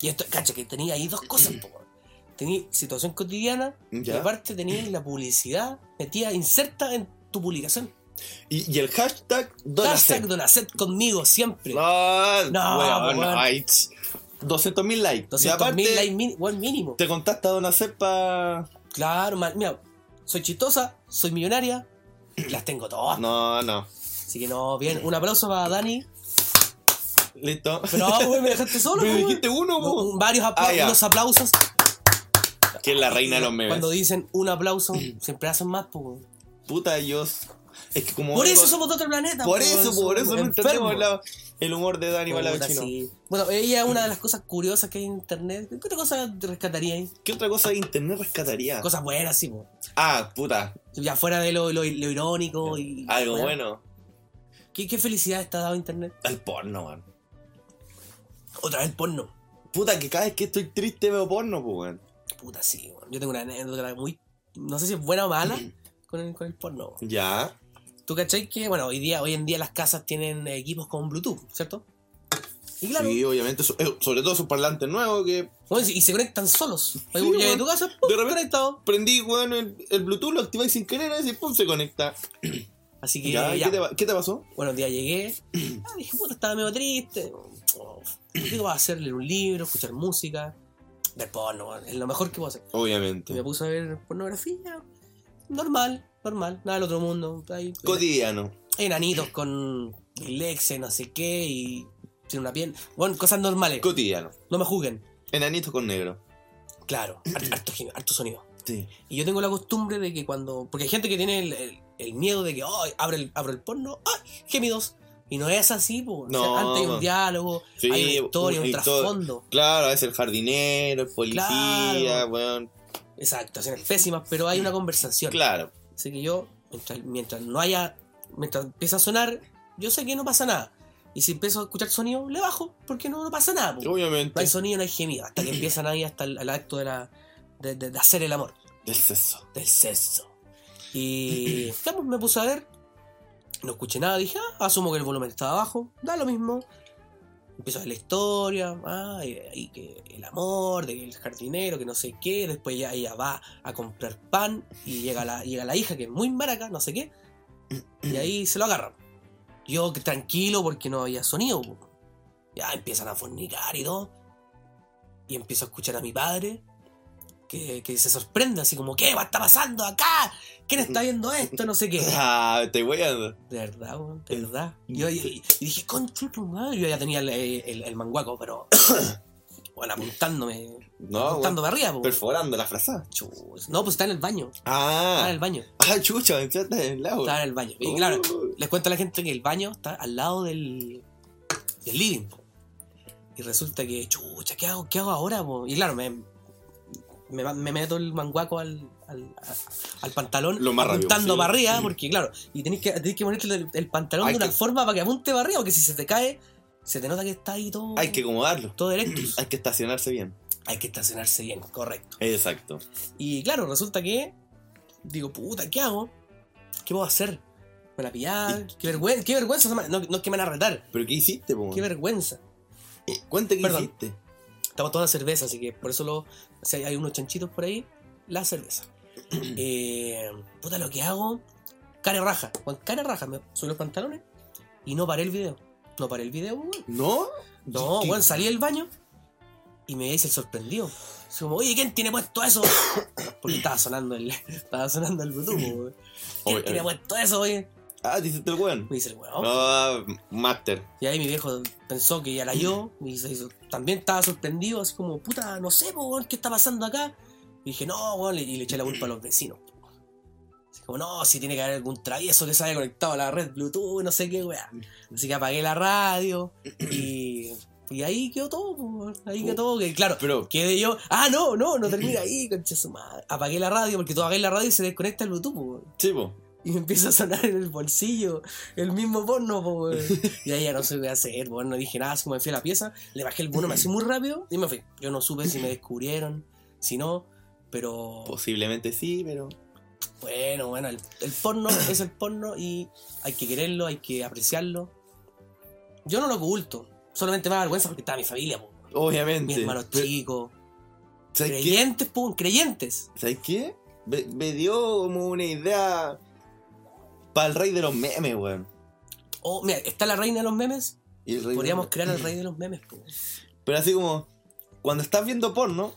B: Y esto, cacho, que tenía ahí dos cosas, po. Tenía situación cotidiana y
A: Ya.
B: aparte tenías la publicidad metida, inserta en tu publicación.
A: Y, y el hashtag
B: Hashtag
A: Donacep.
B: Donacep conmigo siempre.
A: Ah,
B: No,
A: weón,
B: weón.
A: ay, ch- 200.000 likes. y
B: 200.000
A: aparte,
B: likes mini- bueno, mínimo.
A: te contacta Donacep para.
B: Claro, man, mira, soy chistosa, soy millonaria, las tengo todas.
A: No, no.
B: Así que no, bien, un aplauso para Dani.
A: Listo.
B: Pero güey, me dejaste solo,
A: Me
B: güey.
A: dijiste uno,
B: No,
A: po.
B: varios apla-
A: Ah, ya.
B: unos aplausos.
A: Que es la reina de los memes.
B: Cuando dicen un aplauso, siempre hacen más, po. weón.
A: Puta, ellos. Es que como.
B: Por
A: vengo-
B: eso somos de otro planeta.
A: Por
B: po,
A: eso,
B: weón,
A: por
B: somos
A: eso no
B: enfermos.
A: entendemos la- el humor de Dani
B: Puta,
A: Malavechino.
B: sí. Bueno, ella es una de las cosas curiosas que hay en internet. ¿Qué otra cosa te rescataría ahí?
A: ¿Qué otra cosa de internet rescataría?
B: Cosas buenas, sí, po.
A: Ah, puta.
B: Ya fuera de lo, lo- lo irónico y.
A: Algo
B: weón.
A: bueno.
B: ¿Qué, qué felicidad está dado internet?
A: El porno, man.
B: Otra vez porno.
A: Puta, que cada vez que estoy triste veo porno, pues, weón.
B: Puta, sí, weón. Yo tengo una anécdota muy. No sé si es buena o mala con el, con el porno. weón.
A: Ya.
B: ¿Tú cachai que, bueno, hoy, día, hoy en día las casas tienen equipos con Bluetooth, ¿cierto? Y claro,
A: Sí, obviamente, so- eh, sobre todo sus parlantes nuevos que
B: weón, y se conectan solos. Oye,
A: Sí,
B: llegas a
A: weón.
B: tu casa, ¡pum!
A: De repente-
B: conectado.
A: prendí, weón, el, el Bluetooth, lo activáis sin querer y pum, se conecta.
B: Así que
A: ya, ¿y
B: ya.
A: ¿Qué, te, va- qué te pasó?
B: Bueno, un día llegué, ah, dije, puta, estaba medio triste. Oh, ¿Qué vas a hacer? Leer un libro, escuchar música, ver porno, weón, es lo mejor que puedo hacer. Y
A: Obviamente.
B: me puse a ver pornografía, normal, normal, nada del otro mundo. Ahí,
A: Cotidiano.
B: enanitos con dislexia, no sé qué, y tiene una piel. Bueno, cosas normales,
A: Cotidiano.
B: no me juzguen.
A: Enanito con negro.
B: Claro, harto, harto gime- harto sonido.
A: Sí.
B: Y yo tengo la costumbre de que cuando. Porque hay gente que tiene el, el- el miedo de que, oh, abro el, abro el porno, ¡ay! Gemidos, Y no es así, pues.
A: No,
B: antes hay
A: po.
B: un diálogo,
A: Sí,
B: hay una historia, un
A: y todo-
B: trasfondo.
A: Claro, es el jardinero, el policía,
B: Claro.
A: weón.
B: Esas actuaciones pésimas, pero hay una conversación.
A: Claro,
B: Así que yo, mientras, mientras no haya. Mientras empieza a sonar, yo sé que no pasa nada. Y si empiezo a escuchar sonido, le bajo, porque no, no pasa nada. po. No
A: obviamente.
B: hay sonido, no hay gemido. Hasta que empiezan ahí hasta el, el acto de, la, de, de- de hacer el amor,
A: Del sexo.
B: del sexo. Y claro, me puse a ver. No escuché nada, dije, ah, asumo que el volumen estaba abajo, da lo mismo. Empiezo a ver la historia, ah, y, y que el amor, del jardinero, que no sé qué. Después ya ella va a comprar pan y llega la, llega la hija, que es muy maraca, no sé qué. Y ahí se lo agarran. Yo que tranquilo porque no había sonido. po. Ya empiezan a fornicar y todo. Y empiezo a escuchar a mi padre. Que, que se sorprende, así como, ¿qué va a estar pasando acá? ¿Quién está viendo esto? No sé qué.
A: Ah, estoy weando.
B: De verdad, weón, de verdad. Yo, y, y dije, concha tu madre. Yo ya tenía el, el- el manguaco, pero. bueno, apuntándome.
A: No, weón.
B: apuntándome arriba, po.
A: Perforando la frazada.
B: Chus. No, pues está en el baño. Está en
A: Ah,
B: el baño.
A: ah, chucha, ya está en el Uh, lago.
B: Estaba en el baño.
A: Oh.
B: Y claro, les cuento a la gente que el baño está al lado del, del living. po. Y resulta que, chucha, ¿qué hago, qué hago ahora? po? Y claro, me, me, me meto el manguaco al, al, a- al pantalón
A: Lo más rápido
B: apuntando
A: posible.
B: para arriba, porque claro, y tenés que, tenés que ponerte el, el pantalón
A: Hay
B: de una
A: que-
B: forma para que apunte para arriba, porque si se te cae, se te nota que está ahí todo,
A: Hay que acomodarlo.
B: todo erecto.
A: Hay que estacionarse bien.
B: Hay que estacionarse bien, correcto.
A: Exacto.
B: Y claro, resulta que digo, puta, ¿qué hago? ¿Qué puedo hacer? ¿Me la pillar? ¿Qué, vergüenza? ¿Qué vergüenza? esa madre. No, no es que me van a retar.
A: ¿Pero qué hiciste, po?
B: ¿Qué vergüenza?
A: Eh, Cuenta qué
B: Perdón.
A: hiciste.
B: Estamos toda cerveza, así que por eso lo, si hay- hay unos chanchitos por ahí, la cerveza. Eh, puta, lo que hago, cara raja. Con cara raja me subí los pantalones y no paré el video. No paré el video, weón.
A: ¿No?
B: No,
A: ¿Qué-
B: weón, salí del baño y me hice el sorprendido. Así como, oye, ¿quién tiene puesto eso? Porque estaba sonando el, estaba sonando el Bluetooth, weón. ¿Quién
A: Oye,
B: tiene
A: eh,
B: puesto eso, oye?
A: Ah, te hiciste el weón.
B: Me dice el weón.
A: No, Master.
B: Y ahí mi viejo pensó que ya la yo.
A: Mm.
B: Y se hizo- también estaba sorprendido, así como, puta, no sé, po, weón, ¿qué está pasando acá? Y dije, no, weón, y le eché la culpa a los vecinos. po. Así como, no, si tiene que haber algún travieso que se haya conectado a la red Bluetooth, no sé qué, weón. Así que apagué la radio y. Y ahí quedó todo, po, weón. ahí
A: Uh.
B: quedó todo, que claro,
A: Pero,
B: Quedé yo. Ah, no, no, no termina ahí, concha su madre. Apagué la radio porque tú apagué la radio y se desconecta el Bluetooth, po, weón.
A: chivo.
B: Y me empieza a sonar en el bolsillo el mismo porno, po, weón. Y ahí ya no sé qué hacer, weón. No dije nada, así como me fui a la pieza, le bajé el volumen así muy rápido y me fui. Yo no supe si me descubrieron, si no, pero.
A: Posiblemente sí, pero.
B: Bueno, bueno, el, el porno es el porno y hay que quererlo, hay que apreciarlo. Yo no lo oculto, solamente me da vergüenza porque estaba mi familia, po.
A: Obviamente.
B: Mis hermanos
A: Pero,
B: chicos,
A: ¿Sabes qué?
B: creyentes, po, creyentes.
A: ¿Sabes qué? Me, me dio como una idea. Para el rey de los memes, weón.
B: Oh, mira, está la reina de los memes.
A: Y el rey de
B: Podríamos
A: los-
B: crear al rey de los memes. po.
A: Pero así como. Cuando estás viendo porno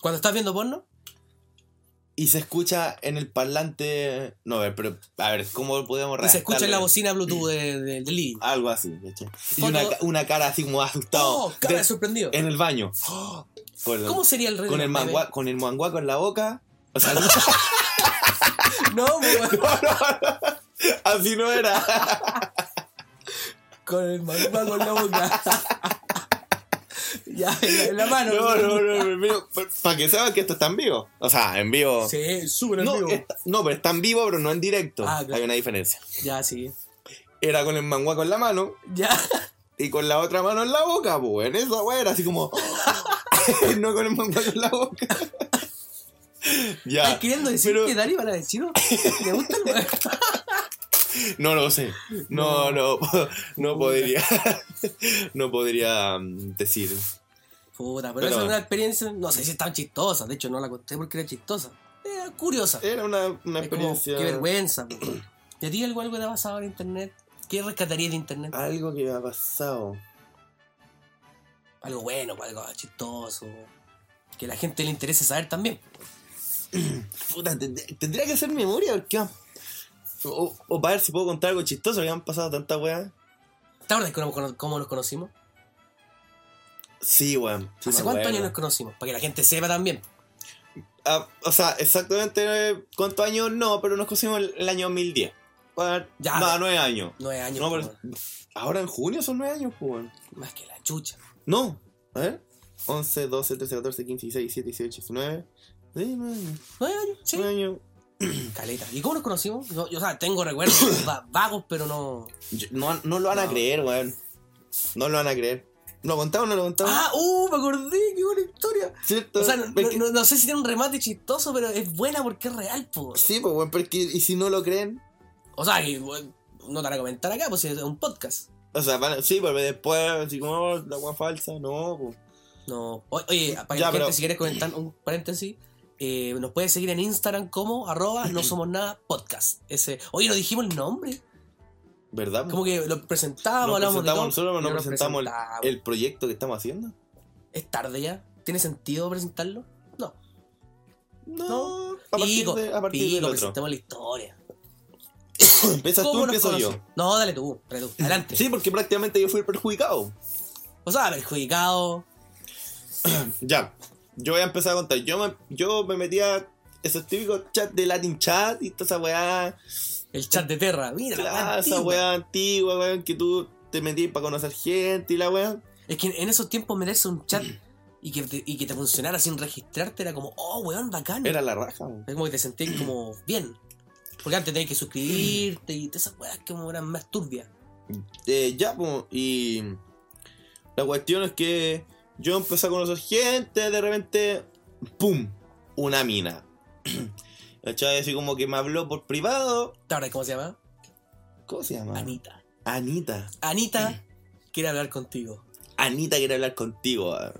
B: Cuando estás viendo porno,
A: y se escucha en el parlante. No, a ver, pero. A ver, ¿cómo lo podemos
B: y se
A: redactar,
B: escucha en la
A: weón?
B: bocina Bluetooth de- de- del living.
A: Algo así, ¿cachai? Y
B: Foto-
A: una, ca- una cara así como asustado.
B: ¡Oh! Cara
A: de-
B: de sorprendido.
A: en el baño.
B: Oh,
A: Con el-
B: ¿Cómo sería el rey
A: con
B: de
A: el
B: los memes?
A: mangua, con el manguaco en la boca. O sea,
B: No,
A: No,
B: po,
A: no, no. Así no era.
B: con el manguaco con la boca. ya, en la mano.
A: No, no, no. Para que sepan que esto está en vivo. O sea, en vivo.
B: Sí, súper en
A: no, eh.
B: vivo.
A: está- no, pero está en vivo, pero no en directo.
B: Ah, claro.
A: Hay una diferencia.
B: Ya, sí.
A: Era con el manguaco en la mano
B: Ya.
A: y con la otra mano en la boca, pues. En esa weá era así como. no con el manguaco en la boca.
B: ¿Estás
A: ya.
B: queriendo decir
A: pero-
B: que Dari para vecino? ¿Le gusta el weón?
A: No lo sé. No, no. No, podría. no podría mm, decir.
B: Puta, pero, esa
A: Pero-
B: es una experiencia, no sé si es tan chistosa, de hecho no la conté porque era chistosa. Era curiosa.
A: Era una, una
B: Es como,
A: experiencia.
B: qué vergüenza. po. ¿Y a ti algo, algo te ha pasado en internet? ¿Qué rescatarías de internet?
A: Algo que me ha pasado.
B: Algo bueno, pues, algo chistoso. Que a la gente le interese saber también.
A: Puta, tend- tendría que hacer memoria porque. O, o para ver si puedo contar algo chistoso que me han pasado tantas weas.
B: ¿Te acuerdas cómo, cono- cómo nos conocimos?
A: Sí, weón. sí
B: ¿Hace
A: me
B: cuántos
A: acuerdo.
B: años nos conocimos? Para que la gente sepa también.
A: Ah, o sea, exactamente eh, cuántos años no, pero nos conocimos el, el año 2010. Para...
B: Ya,
A: no,
B: pero-
A: nueve años.
B: Nueve años.
A: No,
B: pues,
A: pero- Ahora en junio son nueve años, pues, weón.
B: Más que la chucha.
A: No. A ver. 11, 12, 13, 14, 15, 16, 17, 18, 19. Sí, nueve años.
B: Nueve años, sí.
A: Nueve años.
B: Caleta. ¿Y cómo nos conocimos? No, yo, o sea, tengo recuerdos va- vagos, pero no.
A: Yo- No, no lo van a
B: No.
A: creer, weón. No lo van a creer. ¿Lo contamos o no lo contamos?
B: ¡Ah! ¡Uh! Me acordé, qué buena historia.
A: ¿Cierto?
B: O sea, no,
A: Es que-
B: no- no sé si tiene un remate chistoso, pero es buena porque es real, po.
A: Sí, pues, weón, pero es que- y si no lo creen.
B: O sea, que, bueno, no te van a comentar acá, pues si es un podcast.
A: O sea, van a- sí, porque después, así como, "Oh, la weá falsa, no, pues.
B: No. o- Oye, para
A: Ya,
B: la gente,
A: pero-
B: si quieres comentar un paréntesis, eh, nos puedes seguir en Instagram como arroba no somos nada podcast. Ese. Oye, no dijimos el nombre.
A: ¿Verdad?
B: Como que lo presentamos,
A: Ah. Nos
B: hablamos
A: presentamos
B: de todo,
A: nosotros, pero no
B: lo
A: presentamos el-
B: presentamos.
A: Ah, ¿El proyecto que estamos haciendo?
B: Es tarde ya. ¿Tiene sentido presentarlo? No. No.
A: A partir,
B: Pico,
A: de- a partir
B: pico,
A: del otro.
B: presentemos la historia.
A: Empiezas tú,
B: ¿Cómo nos
A: empiezo yo.
B: conocimos? No, dale tú, dale tú. Adelante.
A: Sí, porque prácticamente yo fui el perjudicado.
B: O sea, perjudicado.
A: Ya, yo voy a empezar a contar. Yo me, yo me metí a esos típicos chats de Latin Chat y toda esa weá.
B: El chat de Terra. Mira, la
A: Ah,
B: weá
A: esa
B: antigua.
A: weá antigua, weón, que tú te metías para conocer gente y la weá.
B: Es que en esos tiempos meterse un chat y que, te, y que te funcionara sin registrarte era como, oh, weón, bacán.
A: Era la raja, weón.
B: Es como que te sentías como bien. Porque antes tenías que suscribirte y todas esas weas como eran más turbias.
A: Eh, ya, po, y la cuestión es que yo empecé a conocer gente, de repente, ¡pum! Una mina. La chava así como que me habló por privado.
B: ¿Te acuerdas cómo se llama?
A: ¿Cómo se llama?
B: Anita.
A: Anita.
B: Anita quiere hablar contigo.
A: Anita quiere hablar contigo. weón.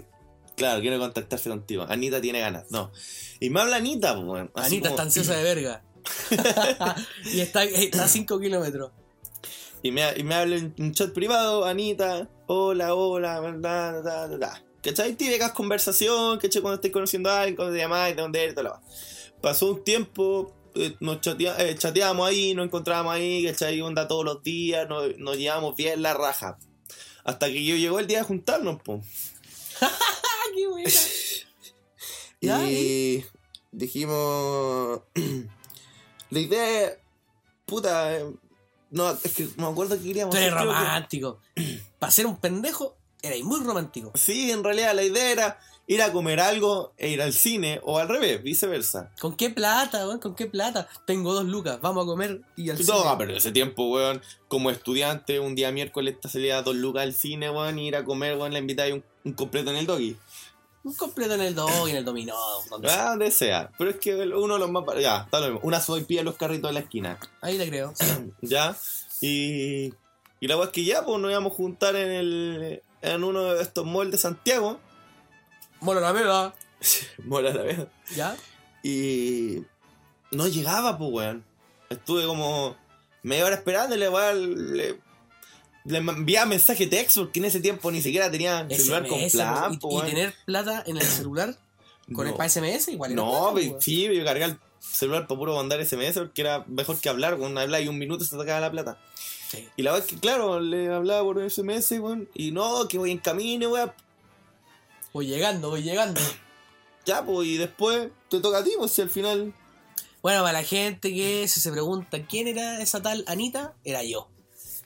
A: Claro, quiere contactarse contigo. Anita tiene ganas. No. Y me habla Anita, po, weón. Así
B: Anita
A: como-
B: está ansiosa de verga. y está, eh, está a 5 kilómetros.
A: Y me, y me habla en un chat privado, Anita, hola, hola, bla, bla, bla, bla, bla. ¿Cachai? Típicas conversación, ¿cachai? Cuando estés conociendo a alguien, cuando te llamáis, de dónde eres, todo lo demás. Pasó un tiempo, eh, nos chatea- eh, chateábamos ahí, nos encontrábamos ahí, ¿cachai? Onda todos los días, nos, nos llevábamos bien la raja. Hasta que yo llegó el día de juntarnos, po.
B: ¡Ah, qué buena! Ya,
A: Y dijimos. la idea. es- Puta. eh, No, es que no me acuerdo que queríamos.
B: Tú eres
A: hacer, creo que-
B: romántico. Para ser un pendejo, eres muy romántico.
A: Sí, en realidad la idea era ir a comer algo e ir al cine o al revés, viceversa.
B: ¿Con qué plata, weón? ¿Con qué plata? Tengo dos lucas, vamos a comer y al
A: No,
B: cine.
A: ah, pero ese tiempo, weón, como estudiante, un día miércoles te salía dos lucas al cine, weón, y ir a comer, weón, la invitáis un, un completo en el doggy.
B: Un completo en el dog y en el dominó. donde sea.
A: Ah, donde sea. Pero es que el- uno de los más... pa- Ya, está lo mismo. Una sopaipilla en los carritos de la esquina.
B: Ahí le creo.
A: ¿Ya? Y, y la weá es que ya, pues nos íbamos a juntar en, el, en uno de estos malls de Santiago.
B: Bueno, la verdad.
A: Mola la vez.
B: ¿Ya?
A: Y no llegaba, pues, weón. Estuve como media hora esperándole, weón. Le, le enviaba mensaje texto porque en ese tiempo ni siquiera tenía celular con
B: SMS,
A: plan,
B: y,
A: po,
B: y
A: weón.
B: tener plata en el celular con el
A: no,
B: para SMS igual. era
A: no,
B: plata,
A: pe-
B: weón.
A: sí, yo cargaba el celular para puro mandar SMS porque era mejor que hablar, con hablar y un minuto se sacaba la plata.
B: Sí.
A: Y la verdad es que, claro, le hablaba por SMS, weón. Y no, que voy en camino, weón.
B: Voy llegando, voy llegando.
A: Ya, pues, y después te toca a ti, pues, si al final.
B: Bueno, para la gente que se, se pregunta quién era esa tal Anita, era yo.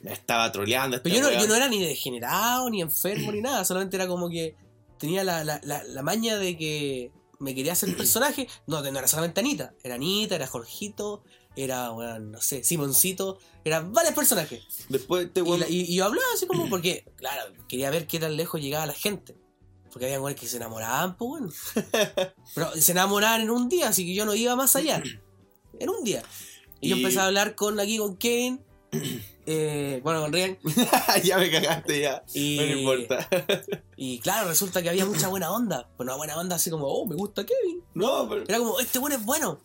A: Estaba troleando. esta
B: Pero yo no,
A: weá.
B: yo no era ni degenerado, ni enfermo, ni nada. Solamente era como que tenía la, la, la, la maña de que me quería hacer el personaje. No, no era solamente Anita. Era Anita, era Jorgito, era, bueno, no sé, Simoncito. Eran varios personajes.
A: Después este
B: Y,
A: weón.
B: la- y- y yo hablaba así como porque, claro, quería ver qué tan lejos llegaba la gente. Porque había mujeres que se enamoraban, pues bueno. Pero se enamoraban en un día, así que yo no iba más allá. En un día. Y, yo
A: Y-
B: empecé a hablar con aquí con Kevin. eh, bueno, con Ryan.
A: ya me cagaste, ya.
B: Y,
A: No importa.
B: y claro, resulta que había mucha buena onda. Pero una buena onda así como, oh, me gusta Kevin.
A: No, pero.
B: Era como, este bueno es bueno.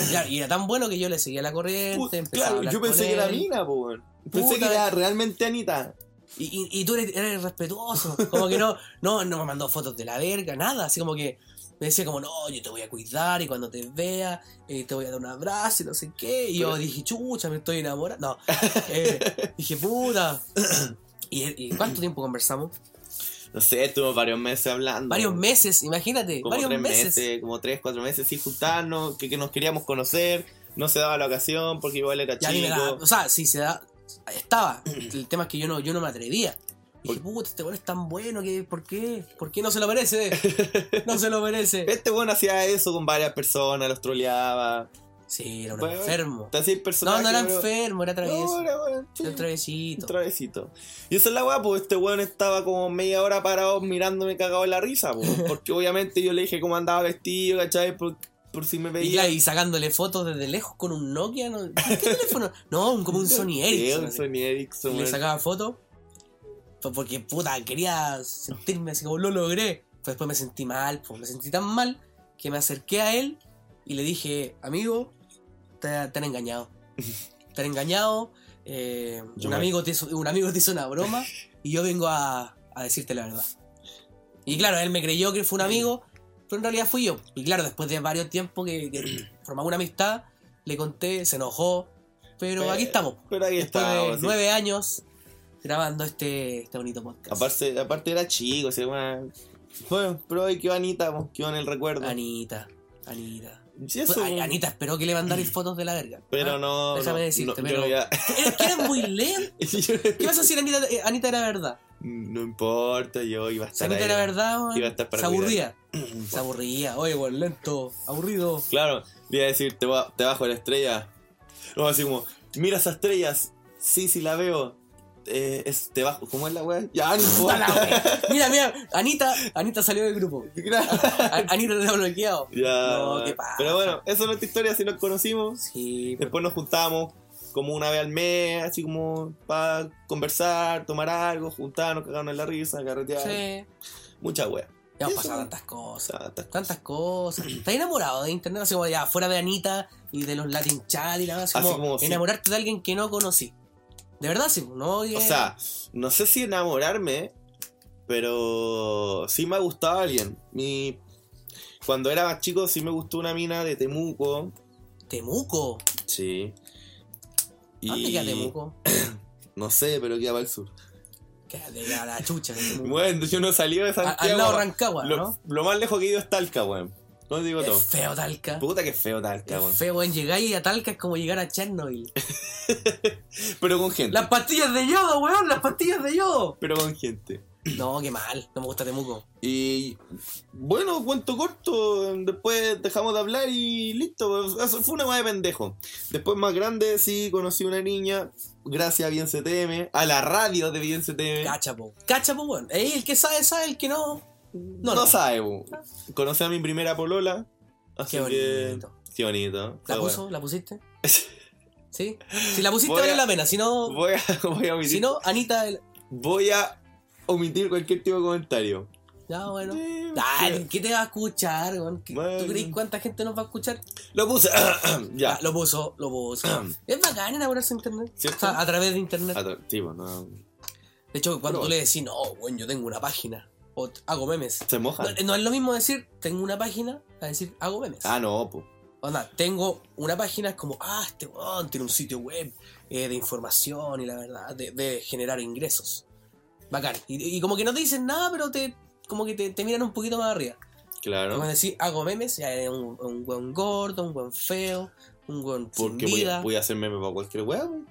B: Y claro, y era tan bueno que yo le seguía la corriente.
A: Puta,
B: empezaba a
A: claro,
B: hablar
A: yo
B: con
A: pensé que era
B: él.
A: Mina, po, weón. Pensé
B: Puta.
A: que era realmente Anita.
B: Y, y- y tú eres, eres respetuoso. Como que no, no, no me mandó fotos de la verga, nada. Así como que me decía como, no, yo te voy a cuidar y cuando te vea eh, te voy a dar un abrazo y no sé qué. Y yo
A: Pero-
B: dije, chucha, me estoy enamorando. No. Eh, dije, puta. ¿Y, y cuánto tiempo conversamos?
A: No sé, estuvimos varios meses hablando.
B: Varios meses, imagínate.
A: Como
B: varios
A: tres
B: meses.
A: meses. como tres, cuatro meses sin juntarnos, que, que nos queríamos conocer. no se daba la ocasión porque igual era
B: Y a mí me da-
A: chico.
B: o sea, sí, se da. Estaba. El tema es que yo no, yo no me atrevía. Y dije, puta, este weón es tan bueno que. ¿Por qué? ¿Por qué no se lo merece? No se lo merece.
A: Este bueno hacía eso con varias personas, los troleaba.
B: Sí, era un
A: Bueno,
B: enfermo.
A: Te hacía el
B: No,
A: personaje.
B: no era
A: pero-
B: enfermo, era
A: No,
B: travieso.
A: era bueno, sí,
B: Era un
A: un
B: traviesito.
A: travesito. Y esa es la weá, pues este weón estaba como media hora parado mirándome cagado en la risa, pues, porque obviamente yo le dije cómo andaba vestido, ¿cachai? Por, por si me
B: Y,
A: veía.
B: claro, y sacándole fotos desde lejos con un Nokia. ¿no? ¿Qué teléfono? No, un- como un Sony Ericsson. así.
A: Sony Ericsson,
B: Le
A: weón.
B: sacaba fotos. Fue porque, puta, quería sentirme así como lo logré. Pues después me sentí mal, pues me sentí tan mal que me acerqué a él y le dije, amigo, te, te han engañado. Te han engañado. eh,
A: Yo
B: un,
A: me-
B: amigo te hizo, un amigo te hizo una broma y yo vengo a, a decirte la verdad. Y claro, él me creyó que fue un amigo, pero en realidad fui yo. Y claro, después de varios tiempos que, que formamos una amistad, le conté, se enojó, pero
A: Pero-
B: aquí estamos.
A: Pero ahí
B: Después
A: estaba. pues,
B: de
A: así.
B: nueve años grabando este, este bonito podcast.
A: Aparte, aparte era chico, se llama. Bueno, pero ay, qué bonita, pues, quedó en el recuerdo.
B: Anita, Anita.
A: Sí, eso,
B: Ay, Anita esperó que le mandarais fotos de la verga.
A: Pero
B: Ah,
A: no.
B: déjame
A: no,
B: decirte,
A: no,
B: pero-
A: yo ya-
B: Es que eres muy lento. ¿Qué vas a decir, Anita? Eh, Anita era verdad.
A: no importa, yo iba a
B: Si
A: estar.
B: Anita
A: ahí.
B: era verdad, weón,
A: Iba a estar para
B: se aburría. Se aburría. Oye, weón, lento, aburrido.
A: Claro, le iba a decir, te, ba- te bajo la estrella. No, así como, mira esas estrellas. Sí, sí, la veo. Eh, es- te bajo. ¿Cómo es la weá? Ya, no
B: Puta la
A: importa.
B: wea. Mira, mira, Anita, Anita salió del grupo. A- Anita te ha bloqueado.
A: ya.
B: No,
A: bueno.
B: qué paja.
A: Pero bueno, eso no es historia, si nos conocimos.
B: Sí,
A: Después nos juntamos como una vez al mes, así como para conversar, tomar algo, juntarnos, cagarnos en la risa, carretear.
B: sí.
A: Mucha wea.
B: Ya hemos
A: Eso.
B: pasado tantas cosas.
A: Tantas cosas.
B: tantas cosas. Estás enamorado de internet, así como ya fuera de Anita y de los Latin Chat y la más,
A: Así
B: como,
A: como, sí.
B: enamorarte de alguien que no conocí. De verdad, sí, no. eh, que-
A: O sea, no sé si enamorarme, pero sí me ha gustado alguien. Mi... Cuando era más chico sí me gustó una mina de Temuco.
B: Temuco.
A: Sí.
B: ¿Dónde queda Temuco?
A: No sé, pero queda para el sur.
B: Quédate a la chucha. Temuco.
A: Bueno, yo no salí de
B: A-
A: Santiago.
B: al lado de Rancagua,
A: lo,
B: ¿no?
A: lo más lejos que he ido es Talca, weón. No te digo
B: Es
A: todo.
B: feo Talca.
A: Puta que feo Talca, weón.
B: Es feo, en llegar y a Talca es como llegar a Chernobyl.
A: Pero con gente.
B: Las pastillas de yodo, weón, las pastillas de yodo.
A: Pero con gente.
B: No, qué mal, no me gusta Temuco.
A: Y bueno, cuento corto, después dejamos de hablar y listo. Eso fue una más de pendejo. Después más grande, sí, conocí una niña, gracias a Bien CTM, a la radio de Bien CTM.
B: Cachapo. Cachapo, weón. Ey, el que sabe, sabe, el que no.
A: No,
B: No, no.
A: sabe, bu. conocí a mi primera polola. Así
B: Qué bonito.
A: Que, qué bonito.
B: ¿La
A: Fue
B: puso?
A: bueno.
B: ¿La pusiste? ¿Sí? Si la pusiste
A: Voy
B: vale
A: a-
B: la pena, si no,
A: Voy a, voy, a omitir,
B: si no Anita... el-
A: voy a omitir cualquier tipo de comentario.
B: Ya, bueno.
A: Eh,
B: Ay, ¿Qué te va a escuchar, weón? ¿Qué-
A: Bueno.
B: ¿Tú crees cuánta gente nos va a escuchar?
A: Lo puse. ya.
B: Ah, lo puso, lo puso. es bacán enamorarse de internet.
A: ¿Cierto?
B: O sea, a través de internet.
A: Ah, sí, bu, no.
B: De hecho, cuando
A: Pero-
B: tú le decís, no, weón, yo tengo una página. O t- hago memes.
A: Se moja.
B: No, no es lo mismo decir, tengo una página, a decir, hago memes.
A: Ah, no, pues.
B: Onda, tengo una página, es como, ah, este weón tiene un sitio web eh, de información y la verdad, de, de generar ingresos. Bacán. Y, y como que no te dicen nada, pero te como que te, te miran un poquito más arriba.
A: Claro.
B: Como decir, hago memes, ya es un, un weón gordo, un weón feo, un weón sin
A: Porque voy
B: vida.
A: a, voy a hacer meme para cualquier weá, pues. güey.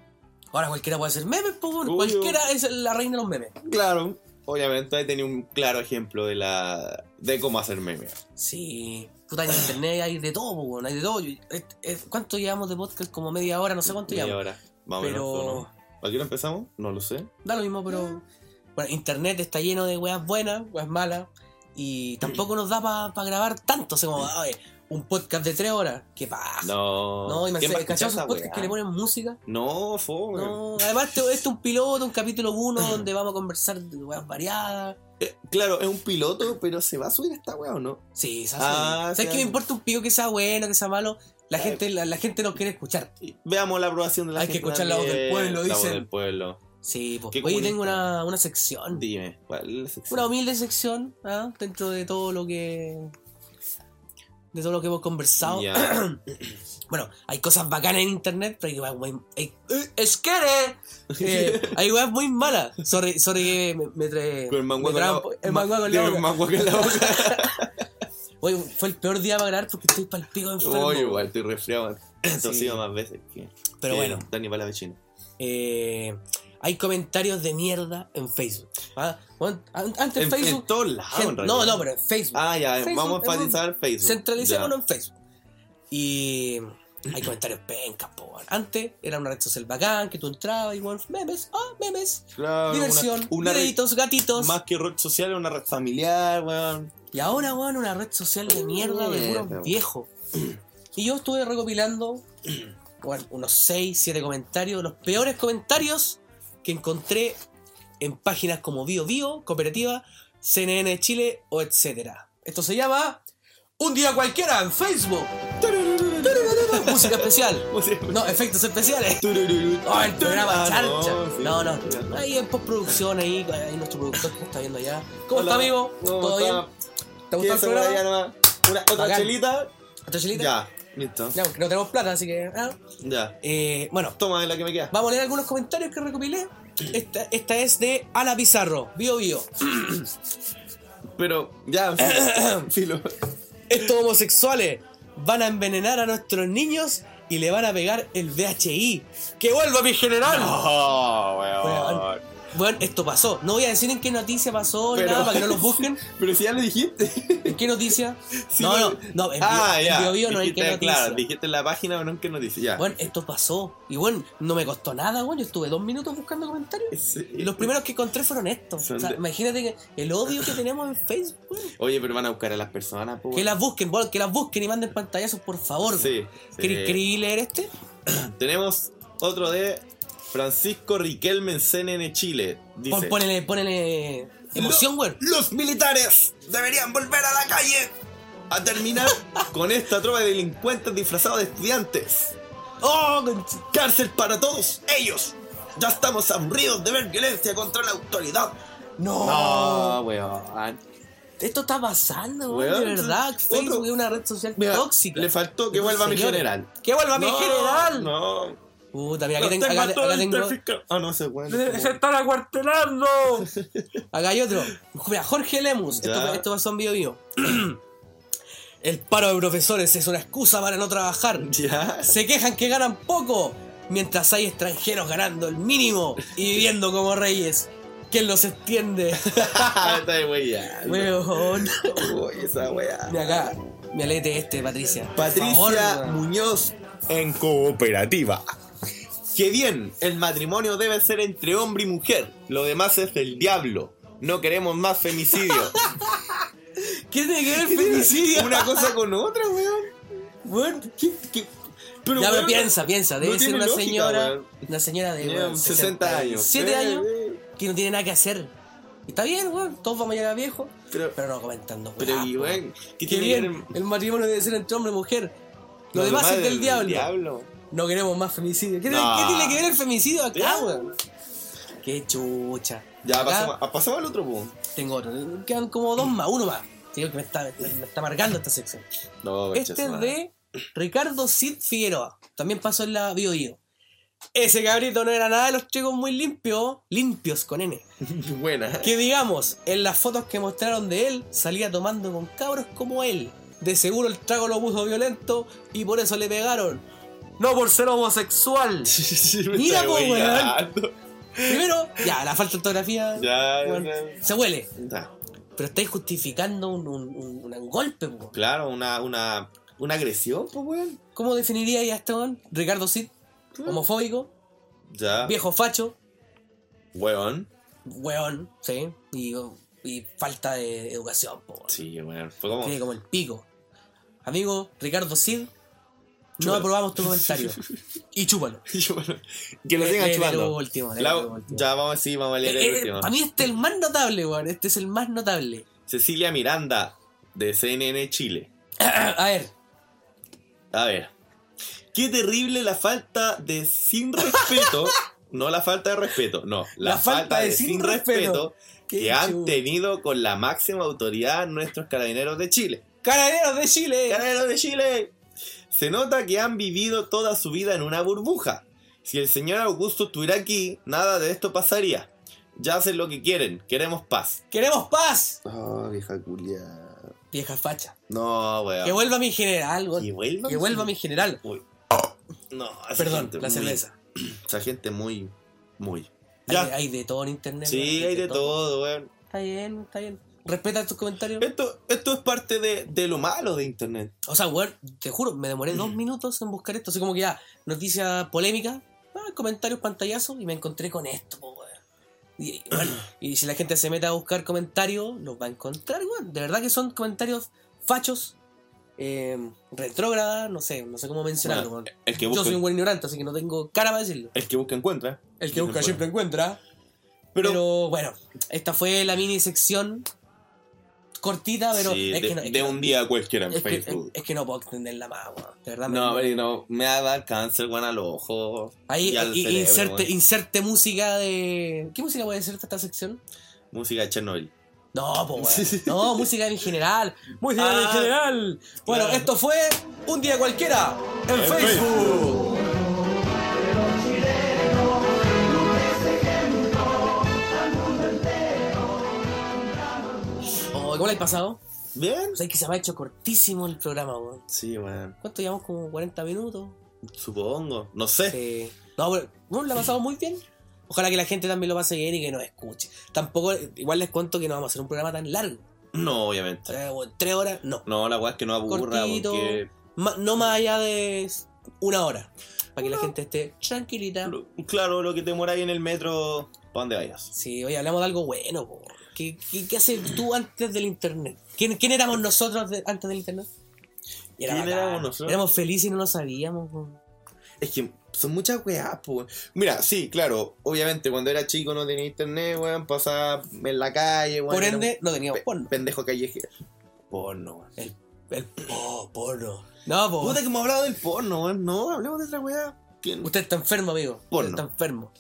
B: Ahora cualquiera puede hacer memes, pues, weón.
A: Obvio.
B: cualquiera es la reina de los memes.
A: Claro. Obviamente ahí tenía un claro ejemplo de la de cómo hacer meme.
B: Sí, puta, en internet hay de todo, pues, weón, hay de todo. Yo- eh, eh, ¿Cuánto llevamos de podcast? Como media hora, no sé cuánto
A: Media
B: llevamos.
A: hora. Vamos
B: Pero...
A: ¿no? ¿A qué hora empezamos? No lo sé.
B: Da lo mismo, pero. Bueno, internet está lleno de weas buenas, weas malas. Y tampoco nos da para grabar tanto. O sea, como, "Ay, un podcast de tres horas. ¿Qué pasa?
A: No.
B: Ah, No,
A: ¿Quién va a
B: imagínate,
A: escuchar
B: ¿cachai? esos
A: esa
B: podcasts
A: weá?
B: pues, que le ponen música.
A: No, fome.
B: No, además, esto esto es un piloto, un capítulo uno, donde vamos a conversar de weas variadas.
A: Eh, claro, es un piloto, pero ¿se va a subir esta weá o no?
B: Sí, ¿sabes?
A: Ah, Eh.
B: ¿Sabes
A: sí,
B: qué me
A: algo.
B: importa un pico que sea bueno, que sea malo? La
A: Ay.
B: gente, la, la gente nos quiere escuchar.
A: Y Veamos la aprobación de la
B: Hay que
A: gente
B: escuchar la voz del
A: también.
B: pueblo,
A: La voz
B: dicen.
A: del pueblo.
B: Sí, pues.
A: Qué
B: Oye,
A: comunista.
B: tengo una, una sección.
A: Dime, ¿cuál es la sección?
B: Una humilde sección, ¿ah? Dentro de todo lo que. De todo lo que hemos conversado.
A: Ya.
B: Bueno, hay cosas bacanas en internet, pero hay weas muy. hay- ¡Eh, ¡Es que eres! Eh, hay weas muy malas. Sorry, sorry que me, me trae.
A: Con el
B: me
A: manguaco en
B: traen
A: la
B: po- el manguaco en la
A: Tiene
B: boca.
A: el manguaco en la boca.
B: Oye, fue el peor día para grabar porque estoy para el pico de enfermo.
A: Oye, igual, estoy resfriado. Entonces
B: Sí.
A: iba más veces que,
B: Pero
A: que
B: bueno,
A: Dani Palavecino.
B: eh, hay comentarios de mierda en Facebook. ¿ah? Bueno, an- Antes
A: En,
B: Facebook.
A: en todos lados,
B: gen-
A: en
B: no,
A: realidad.
B: no, pero en Facebook.
A: Ah, ya,
B: Facebook,
A: vamos a
B: en
A: enfatizar Facebook.
B: Centralicémonos
A: Ya.
B: en Facebook. Y hay comentarios pencas, po, weón. Antes era una red social bacán, que tú entrabas y weón, memes, ah, memes,
A: Claro, una-
B: diversión,
A: una red-
B: videitos, gatitos.
A: Más que red social, una red familiar, weón.
B: Y ahora, weón, una red social de mierda de
A: Mierda,
B: puros
A: weón.
B: viejos. Y yo estuve recopilando weón, unos 6, 7 comentarios, los peores comentarios que encontré en páginas como Bio Bio, Cooperativa, CNN Chile o etcétera. Esto se llama Un día cualquiera en Facebook. Música especial. No, efectos especiales. Oh, el programa
A: Ah, no,
B: charcha.
A: sí.
B: No, no. Ahí en postproducción, ahí, ahí nuestro productor que está viendo allá. ¿Cómo
A: Hola,
B: está, amigo?
A: ¿cómo
B: ¿Todo
A: está?
B: bien? ¿Te gustó el
A: Quédense por
B: programa?
A: allá nomás. Una, otra
B: Bacán.
A: chelita.
B: ¿Otra chelita?
A: Ya, listo.
B: Ya, porque no tenemos plata, así que. ah.
A: Ya.
B: Eh, bueno,
A: Toma de la que me queda.
B: vamos a leer algunos comentarios que recopilé. Esta, esta es de Ana Pizarro, Bio Bio.
A: Pero, ya, filo.
B: Estos homosexuales van a envenenar a nuestros niños y le van a pegar el VHI. ¡Que vuelva mi general!
A: Oh,
B: Weón. Bueno, esto pasó. No voy a decir en qué noticia pasó, ni
A: Pero-
B: nada, para que no los busquen.
A: Pero si ya lo dijiste.
B: ¿En qué noticia?
A: Sí,
B: no,
A: lo-
B: no, no, en
A: ah,
B: Bio,
A: ya.
B: en Bio Bio no hay
A: Dijiste,
B: qué noticia.
A: Claro, dijiste en la página, pero no en qué noticia. Ya.
B: Bueno, esto pasó. Y bueno, no me costó nada, bueno. Yo estuve dos minutos buscando comentarios.
A: Sí.
B: Y los primeros que encontré fueron estos.
A: Son
B: O sea,
A: de-
B: imagínate que el odio que tenemos en Facebook. weón.
A: Oye, pero van a buscar a las personas, pues, po,
B: Que las busquen, weón, que las busquen y manden pantallazos, por favor.
A: Sí. sí.
B: ¿Querí- ¿Querí leer este?
A: Tenemos otro de Francisco Riquelme en CNN Chile. Dice,
B: Pon- ponele, ponele emoción, weón.
A: Los militares deberían volver a la calle a terminar con esta trova de delincuentes disfrazados de estudiantes.
B: ¡Oh! conch-
A: Cárcel para todos ellos. Ya estamos aburridos de ver violencia contra la autoridad.
B: ¡No!
A: No, weón.
B: Esto está pasando, weón,
A: Weón,
B: de verdad.
A: otro-
B: Facebook es una red social
A: Mira,
B: tóxica.
A: Le faltó que vuelva mi
B: Señores,
A: general.
B: ¡Que vuelva mi
A: No,
B: general!
A: No.
B: Puta, mira, aquí
A: Los
B: tengo,
A: tengo
B: acá,
A: todos
B: acá tengo.
A: identificados. Ah, no, ese weón.
B: están acuartelando! Acá hay otro. Mira, Jorge Lemus. Esto,
A: Ya.
B: esto pasó en video mío. El paro de profesores es una excusa para no trabajar.
A: Ya.
B: Se quejan que ganan poco, mientras hay extranjeros ganando el mínimo y viviendo como reyes. ¿Quién los extiende?
A: Está de weyando.
B: Weón.
A: Uy, esa weá.
B: De acá. Me alete este, Patricia. Por
A: Patricia
B: favor, weón.
A: Muñoz en cooperativa. Que bien, el matrimonio debe ser entre hombre y mujer. Lo demás es del diablo. No queremos más femicidio.
B: ¿Qué tiene que ver el femicidio?
A: Una cosa con otra, weón.
B: Weón,
A: ¿Qué- qué? Pero,
B: ya, pero
A: weón,
B: piensa, piensa. Debe
A: no
B: ser
A: tiene
B: una
A: lógica,
B: señora.
A: weón.
B: Una señora de
A: Tiene
B: weón,
A: 60 años.
B: 7
A: Sí,
B: años
A: sí.
B: que no tiene nada que hacer. Y Está bien, weón. Todos vamos a llegar viejos.
A: Pero,
B: Pero no comentando,
A: pero,
B: Ah, weón.
A: y weón, ¿qué
B: Qué
A: tiene que
B: bien.
A: ver-
B: El matrimonio debe ser entre hombre y mujer. Lo,
A: lo
B: demás, es del, diablo.
A: diablo.
B: No queremos más femicidio. ¿Qué,
A: No.
B: qué tiene que ver el femicidio acá,
A: Ya.
B: Ah, weón? Qué chucha.
A: Ya,
B: Acá
A: pasamos, ah, pasamos al otro punto.
B: Tengo otro. Quedan como dos más, uno más. Digo que me está, me está marcando esta sección.
A: No,
B: Este es de Ricardo Cid Figueroa. También pasó en la Bio Bio. Ese cabrito no era nada de los chicos muy limpios, limpios con N.
A: Buena.
B: Que digamos, en las fotos que mostraron de él, salía tomando con cabros como él. De seguro el trago lo puso violento y por eso le pegaron. No por ser homosexual.
A: Me
B: Mira,
A: está
B: po, weón.
A: weyando.
B: Primero, ya, la falta de ortografía
A: Ya,
B: bueno,
A: ya,
B: se huele.
A: ya.
B: Pero estáis justificando un, un- un- un golpe, po.
A: Claro, una, una, una agresión, pues, weón.
B: ¿Cómo definiría a este weón? Ricardo Cid,
A: Ah.
B: homofóbico,
A: Ya.
B: viejo facho,
A: Weón.
B: weón, sí, y, y falta de educación, po, weón.
A: Sí, weón. Fue como.
B: Tiene como el pico. Amigo Ricardo Cid, no
A: Chúpalo.
B: aprobamos tu comentario. y chúpalo. Eh,
A: Bueno, que lo
B: Le-
A: sigan
B: le- le-
A: chupando.
B: último, le-
A: La-
B: le- último.
A: ya, vamos a decir, vamos a leer el último.
B: para mí este es el más notable, weón. Este es el más notable.
A: Cecilia Miranda, de CNN Chile.
B: a ver,
A: A ver. Qué terrible la falta de sin respeto. no la falta de respeto, no. La, falta, de, sin respeto,
B: Qué
A: que han
B: chu-
A: tenido con la máxima autoridad nuestros carabineros de Chile.
B: Carabineros de Chile.
A: ¡Carabineros de Chile! Se nota que han vivido toda su vida en una burbuja. Si el señor Augusto estuviera aquí, nada de esto pasaría. Ya hacen lo que quieren, queremos paz.
B: Queremos paz.
A: Oh, vieja culia.
B: Vieja facha.
A: No, weón.
B: Que vuelva mi general, weón.
A: Que vuelva.
B: Que vuelva mi general.
A: Uy. No, esa
B: Perdón,
A: gente
B: la
A: muy-
B: cerveza.
A: Esa gente muy, muy.
B: Hay,
A: Ya,
B: hay de todo en internet.
A: sí,
B: weón,
A: hay de todo, weón.
B: Está bien, está bien. Respeta tus comentarios.
A: Esto, esto es parte de, de lo malo de internet.
B: O sea, weón, te juro, me demoré
A: Mm.
B: dos minutos en buscar esto. Así como que ya, noticia polémica, ah, comentarios, pantallazos, y me encontré con esto, po, weón. Y, y, bueno, y si la gente se mete a buscar comentarios, los va a encontrar, weón. De verdad que son comentarios fachos, eh, retrógrada, no sé, no sé cómo mencionarlo,
A: Bueno,
B: weón.
A: el que
B: Yo
A: busca,
B: soy un buen ignorante, así que no tengo cara para decirlo.
A: el que busca encuentra.
B: El
A: que busca siempre
B: encuentra. Pero,
A: Pero,
B: bueno, esta fue la mini sección cortita, pero
A: Sí,
B: es,
A: de,
B: que no, es
A: de
B: que no-
A: un día cualquiera en
B: es que-
A: Facebook.
B: es que no puedo extenderla más, weón. De verdad. me-
A: no, pero no, me va a dar cáncer, weón, al ojo.
B: Ahí
A: y al
B: y-
A: cerebro,
B: inserte,
A: weón.
B: inserte música de. ¿Qué música puede ser esta sección?
A: Música de Chernobyl.
B: No, pues
A: Sí, sí.
B: No, música en general. Música en
A: Ah,
B: general. Bueno,
A: claro.
B: esto fue Un Día Cualquiera en,
A: En
B: Facebook. Oh, ¿Cómo le ha pasado?
A: Bien.
B: O sea, es que se me ha hecho cortísimo el programa, weón.
A: Sí, weón.
B: ¿Cuánto llevamos? Como 40 minutos.
A: Supongo. No sé.
B: Eh, no, pero no, la pasamos muy bien. Ojalá que la gente también lo pase bien y que nos escuche. Tampoco, igual les cuento que no vamos a hacer un programa tan largo.
A: No, obviamente.
B: Tres, o- tres horas, no.
A: No, la weá es que no aburra
B: Cortito.
A: porque.
B: Ma- no más allá de una hora. Para que la
A: No.
B: gente esté tranquilita.
A: Lo- claro, lo que te moráis en el metro, para donde vayas.
B: Sí, oye, hablamos de algo bueno. po. ¿Qué, qué, qué haces tú antes del internet? ¿Quién, quién éramos nosotros de- antes del internet? Y
A: ¿Quién
B: bacán.
A: éramos nosotros?
B: Éramos felices y no lo sabíamos. po.
A: Es que son muchas weas, po, weón. Mira, sí, claro, obviamente cuando era chico no tenía internet, weón, pasaba en la calle, weón.
B: Por
A: era
B: ende, no
A: un
B: teníamos
A: pe-
B: porno.
A: pendejo callejero. Porno, weón.
B: El, el- oh, porno. No, po.
A: Puta que hemos hablado del porno, weón. No, hablemos de otra wea. Que-
B: Usted está enfermo, amigo. Usted
A: Porno.
B: está enfermo.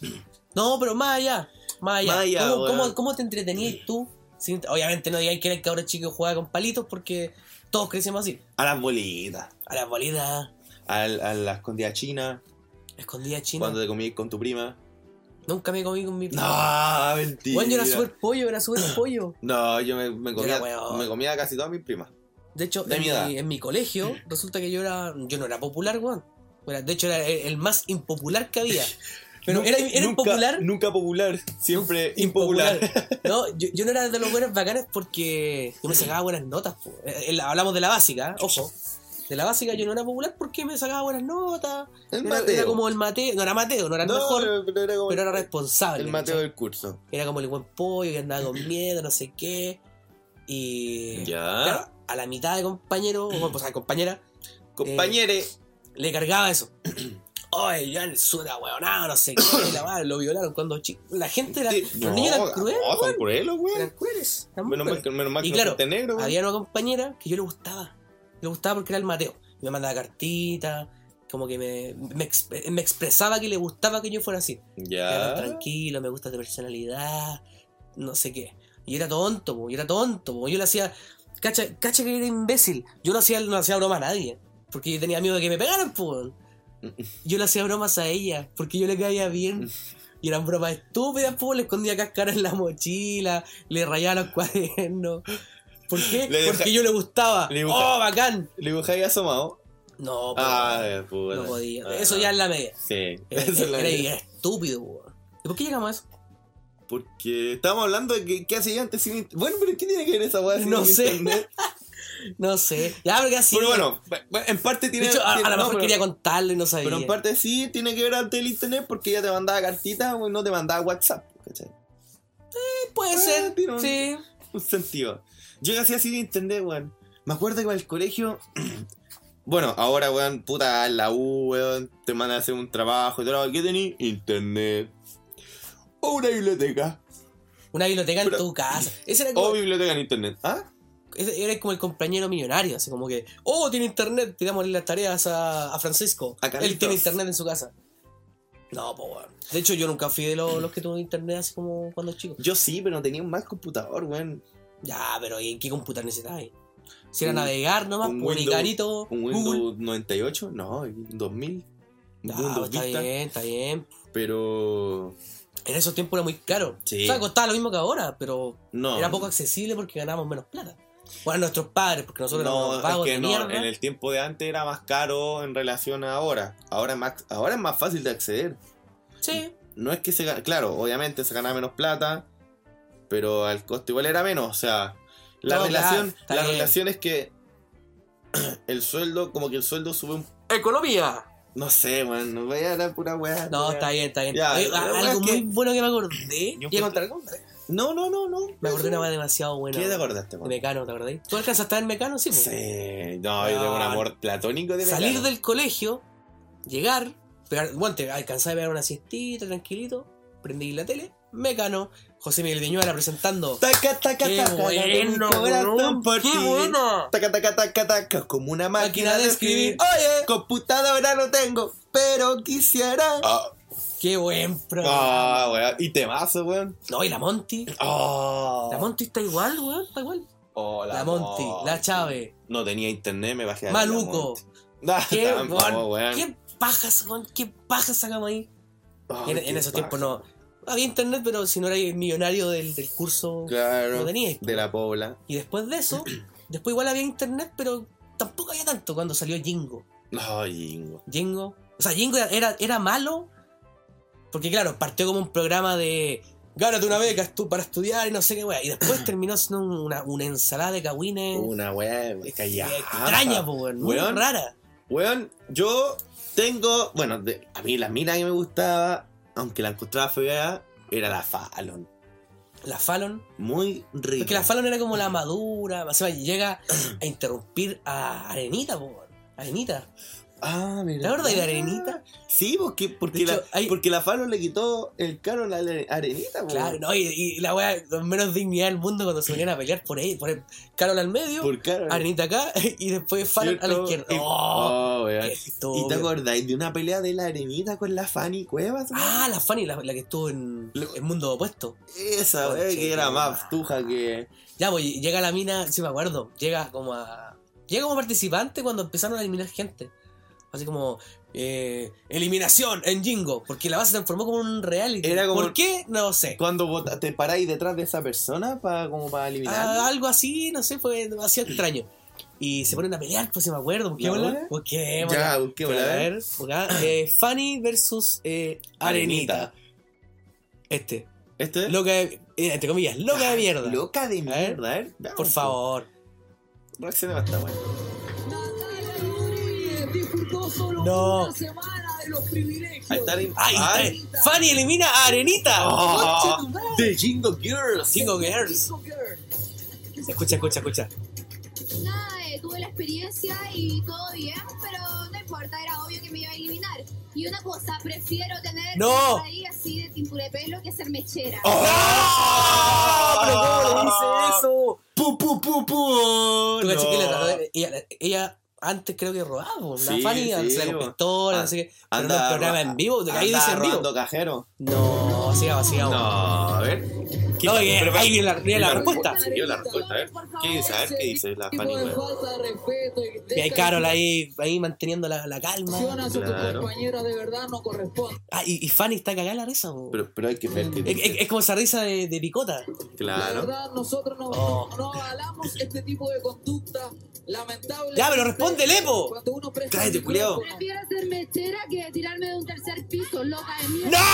B: No, pero más allá. Más allá.
A: Más allá,
B: ¿Cómo,
A: weón.
B: cómo- cómo te entretenías tú? Sin- obviamente no digáis que eres cabro chico que juega con palitos porque todos crecemos así.
A: A las bolitas.
B: A las bolitas,
A: al- A, la escondida china,
B: escondida china.
A: cuando te comí con tu prima.
B: Nunca me comí con mi
A: No, mentira.
B: Bueno, yo era súper pollo, era súper pollo.
A: No, yo me, me comía,
B: Yo era weón.
A: me comía casi todas mis primas.
B: De hecho,
A: De
B: en,
A: mi edad.
B: mi, en mi colegio resulta que yo era yo no era popular, weón. Era- de hecho, era el, el más impopular que había. Pero
A: Nu-
B: era, era
A: nunca-
B: impopular.
A: Nunca popular, siempre impopular.
B: No, yo, yo no era de los buenos bacanes porque yo me sacaba buenas notas. po. Eh, eh, hablamos de la básica, ojo. De la básica yo no era popular porque me sacaba buenas notas.
A: El
B: Era,
A: Mateo.
B: era como el Mateo, no era Mateo, no era el
A: No,
B: mejor,
A: pero- pero era como
B: pero era
A: el-
B: responsable.
A: el Mateo
B: ¿cachai?
A: del curso.
B: Era como el buen pollo que andaba con miedo, no sé qué. Y. claro, a la mitad de compañero, o pues, a compañera,
A: Compañere,
B: Eh, le cargaba eso. Oye, ya en el sur era hueonado, no sé qué, la madre, lo violaron cuando chico. La gente era.
A: sí,
B: los niños eran crueles,
A: no, son
B: weón.
A: crueles, weón.
B: Eran crueles. eran muy
A: Menos mal
B: crueles.
A: que, menos mal
B: Y
A: que no
B: claro,
A: fuiste negro, weón.
B: Había una compañera que yo le gustaba. Le gustaba porque era el Mateo. Me mandaba cartitas, como que me, me, exp- me expresaba que le gustaba que yo fuera así. Era
A: Ya.
B: tranquilo, me gusta tu personalidad, no sé qué. Y era tonto, po, yo era tonto. po. Yo le hacía. Cacha, cacha que era imbécil. Yo no hacía, no hacía broma a nadie. Porque yo tenía miedo de que me pegaran, pues. Yo le hacía bromas a ella, porque yo le caía bien. Y eran bromas estúpidas, pues. Le escondía cáscara en la mochila, le rayaba los cuadernos. ¿Por qué?
A: Le deja-
B: Porque yo le gustaba.
A: Le gusta-
B: ¡Oh, bacán!
A: Le dibujé asomado.
B: No, po,
A: Ah, puta.
B: no podía.
A: Ah,
B: Eso ya es la media.
A: Sí.
B: Era,
A: Eso es la
B: era-
A: idea.
B: era estúpido, po. ¿Y por qué llegamos a eso?
A: Porque estábamos hablando de que, qué hacía antes sin internet. Bueno, pero ¿qué tiene que ver esa weá sin
B: No sé.
A: internet?
B: No sé. Ya, porque así.
A: Pero bueno, bueno, en parte
B: De
A: tiene
B: hecho, a, a
A: tiene-
B: lo
A: no,
B: mejor
A: pero-
B: quería contarlo y no sabía.
A: Pero en parte sí tiene que ver ante el internet porque ella te mandaba cartitas o no te mandaba WhatsApp. ¿cachai?
B: Puede
A: Ah,
B: ser.
A: tiene un-
B: Sí.
A: Un sentido. Yo casi así de internet, weón. Me acuerdo que para el colegio. bueno, ahora, weón, puta, en la U, weón, te mandan a hacer un trabajo y todo. lo- ¿Qué tení? Internet. O una biblioteca.
B: Una biblioteca en
A: Pero-
B: tu casa. Ese era como,
A: O biblioteca en internet. ¿Ah?
B: ese era como el compañero millonario. Así como que, oh, tiene internet. Pidámosle las tareas a, a Francisco.
A: A
B: Él
A: Carlitos.
B: tiene internet en su casa. No, pues bueno. De hecho, yo nunca fui de los, los que tuvo internet así como cuando chico.
A: Yo sí, pero no tenía un mal computador, weón.
B: Ya, pero ¿y qué computador necesitabas? ahí? Si era
A: Un-
B: navegar nomás,
A: un Windows-
B: publicarito,
A: Un
B: Google.
A: Windows 98, no, un 2000. Un
B: Ya,
A: Windows
B: está
A: Vista.
B: bien, está bien.
A: Pero.
B: En esos tiempos era muy caro.
A: Sí.
B: O sea, costaba lo mismo que ahora, pero
A: No.
B: Era poco accesible porque ganábamos menos plata. Bueno, nuestros padres, porque nosotros
A: No,
B: éramos vagos
A: es que
B: de
A: no,
B: mierda.
A: en el tiempo de antes era más caro en relación a ahora. Ahora es más, ahora es más fácil de acceder.
B: Sí,
A: No es que se gana- claro, obviamente se ganaba menos plata, pero el costo igual era menos. O sea, la
B: No,
A: relación,
B: claro, está
A: la
B: bien.
A: relación es que el sueldo, como que el sueldo sube un
B: economía.
A: no sé, man, no voy a dar pura weá.
B: No,
A: weá.
B: está bien, está bien.
A: Ya,
B: Oye,
A: la
B: a-
A: weá
B: algo
A: es que-
B: muy bueno que me acordé.
A: Yo
B: ¿Ya
A: encuentro-
B: contar algo?
A: No, no, no, no.
B: Me acordé una weá demasiado buena.
A: ¿Qué te
B: weón.
A: acordaste,
B: De
A: man?
B: Mecano, ¿te acordás? ¿Tú alcanzaste a estar en Mecano? Sí, po.
A: Sí, no, yo tengo un
B: Ah.
A: amor platónico de
B: Salir
A: Mecano.
B: del colegio, llegar, pegar, bueno, te alcanzaba a pegar una siestita, tranquilito, prendí la tele, Mecano, José Miguel Viñuela presentando.
A: Taca, taca,
B: ¡Qué
A: taca,
B: bueno!
A: mi corazón
B: weón!
A: por
B: ¡Qué
A: ti.
B: bueno!
A: Taca, taca, taca, taca, como una máquina,
B: Máquina de escribir. ¡Oye!
A: Computadora no tengo, pero quisiera. Ah,
B: ¡Qué buen programa!
A: ah, weón. Y temazo, weón.
B: No, y la Monty.
A: Oh,
B: La Monty está igual, weón, está igual.
A: Oh,
B: La Monty, la Chávez,
A: No tenía internet, me bajé a la
B: Maluco.
A: Monty. Ah,
B: ¡Qué
A: tampoco,
B: bon-
A: weón.
B: ¡Qué pajas, weón! ¡Qué pajas sacamos ahí!
A: Ay,
B: En,
A: qué
B: en esos
A: paja.
B: tiempos no. Había internet, pero si no era el millonario del, del curso,
A: Claro.
B: no tenías.
A: De la Pobla.
B: Y después de eso, después igual había internet, pero tampoco había tanto cuando salió Jingo.
A: No, Jingo.
B: Jingo. O sea, Jingo era, era malo. Porque claro, partió como un programa de. Gánate una beca estu- para estudiar y no sé qué wea. Y después terminó siendo un- una, una ensalada de cagüines.
A: Una weón.
B: eh,
A: Callada.
B: extraña, po, weón. Muy
A: Weón.
B: rara.
A: Weón, yo tengo. Bueno, de- a mí la mina que me gustaba, aunque la encontraba fea, era la Fallon.
B: La Fallon.
A: Muy rica.
B: Porque la Fallon era como la madura. más encima llega a interrumpir a Arenita, po, weón. Arenita.
A: Ah, mira.
B: ¿Te acuerdas de Arenita?
A: Sí, porque, porque,
B: De hecho,
A: la,
B: hay-
A: porque la Fallon le quitó el caro a la are- arenita, po.
B: Claro, no, y, y la wea con menos dignidad del mundo cuando se venían a pelear por ahí, por el Carol al medio,
A: Por caro.
B: Arenita acá, y después Fallon a la
A: ¿Cierto?
B: izquierda.
A: Y-
B: ¡Oh!
A: oh, weón.
B: qué
A: ¿Y te
B: estúpido.
A: acordáis de una pelea de la arenita con la Fanny Cuevas? weón?
B: Ah, la Fanny, la, la que estuvo en
A: Lo-
B: el mundo opuesto.
A: Esa, weón,
B: Conche
A: que era
B: tu
A: más
B: madre.
A: tuja que.
B: Ya, pues llega la mina, sí me acuerdo, llega como a. Llega como participante cuando empezaron a eliminar gente. Así como. eh, eliminación en Jingo, porque la base se transformó como en un reality.
A: Era como-
B: ¿Por qué? No sé.
A: Cuando vota- te paráis detrás de esa persona para como para
B: Ah,
A: eliminar.
B: algo así, no sé, fue demasiado extraño. Y se ponen a pelear, pues si me acuerdo. ¿Por qué
A: ¿Y
B: bola?
A: ahora?
B: ¿Por qué bola?
A: ya, busqué,
B: Pero,
A: weón.
B: eh, a ver, acá, eh, Fanny versus eh, Arenita.
A: Arenita.
B: Este.
A: ¿Este?
B: Loca de, eh, entre comillas, loca de mierda.
A: Loca de
B: A ver,
A: mierda, a ver. veamos,
B: Por favor.
A: Reacciona bastante, weón.
C: Natalia Rodríguez disfrutó solo
B: No.
C: una semana de los privilegios.
A: Ahí está el-
B: ¡Ay!
A: Ay.
B: eh, Fanny elimina a Arenita.
A: Oh.
C: Concha tu madre,
A: The Jingo Girls.
B: Cinco girls.
C: Ah. Chico Girl.
B: Escucha, escucha, escucha.
D: Nada, eh, tuve la experiencia y todo bien, pero no importa, era obvio que me iba a eliminar. Y una cosa, prefiero tener
B: ¡No!
D: ahí así de cintura de pelo que ser mechera.
C: Oh,
B: ¡Ah! ¿Pero cómo le dice eso?
A: ¡Pu, pu, pu, pu!
B: Ah. Tú cachai que la-
A: No.
B: ella, ella antes creo que robaba, po. la
A: Sí,
B: Fanny
A: sí,
B: se la
A: bo.
B: pistola,
A: Ah,
B: no sé qué. Pero no,
A: Anda,
B: el programa
A: ro-
B: en vivo, de ahí
A: anda
B: dice en vivo.
A: robando cajero.
B: No, sigamos, sigamos.
A: No, a ver. ¿Qué-
B: No, y
A: pero-
B: ahí viene la, viene la
A: la
B: respuesta.
A: respuesta. Dio la respuesta, a ver. ¿Qué dice? A ver qué dice la
C: Tipo
A: Fanny,
C: de
A: weón.
C: falta de respeto y
B: Y hay Carol ahí, ahí manteniendo la, la
C: descalificación
B: calma.
C: a su
A: Claro.
C: compañera de verdad no corresponde.
B: Ah, y, y Fanny está cagada la risa, bo.
A: Pero, pero hay que ver qué
B: es, es-
A: dice.
B: es como esa risa de, de picota.
C: La
A: Claro.
C: verdad, nosotros no,
B: Oh.
C: no avalamos este tipo de conducta lamentable.
B: Ya, pero respóndele, po.
C: Cuando uno presta
A: Cállate,
C: el
A: culiao.
C: micrófono.
D: Prefiero ser mechera que tirarme de un tercer piso, loca de mierda.
A: ¡No!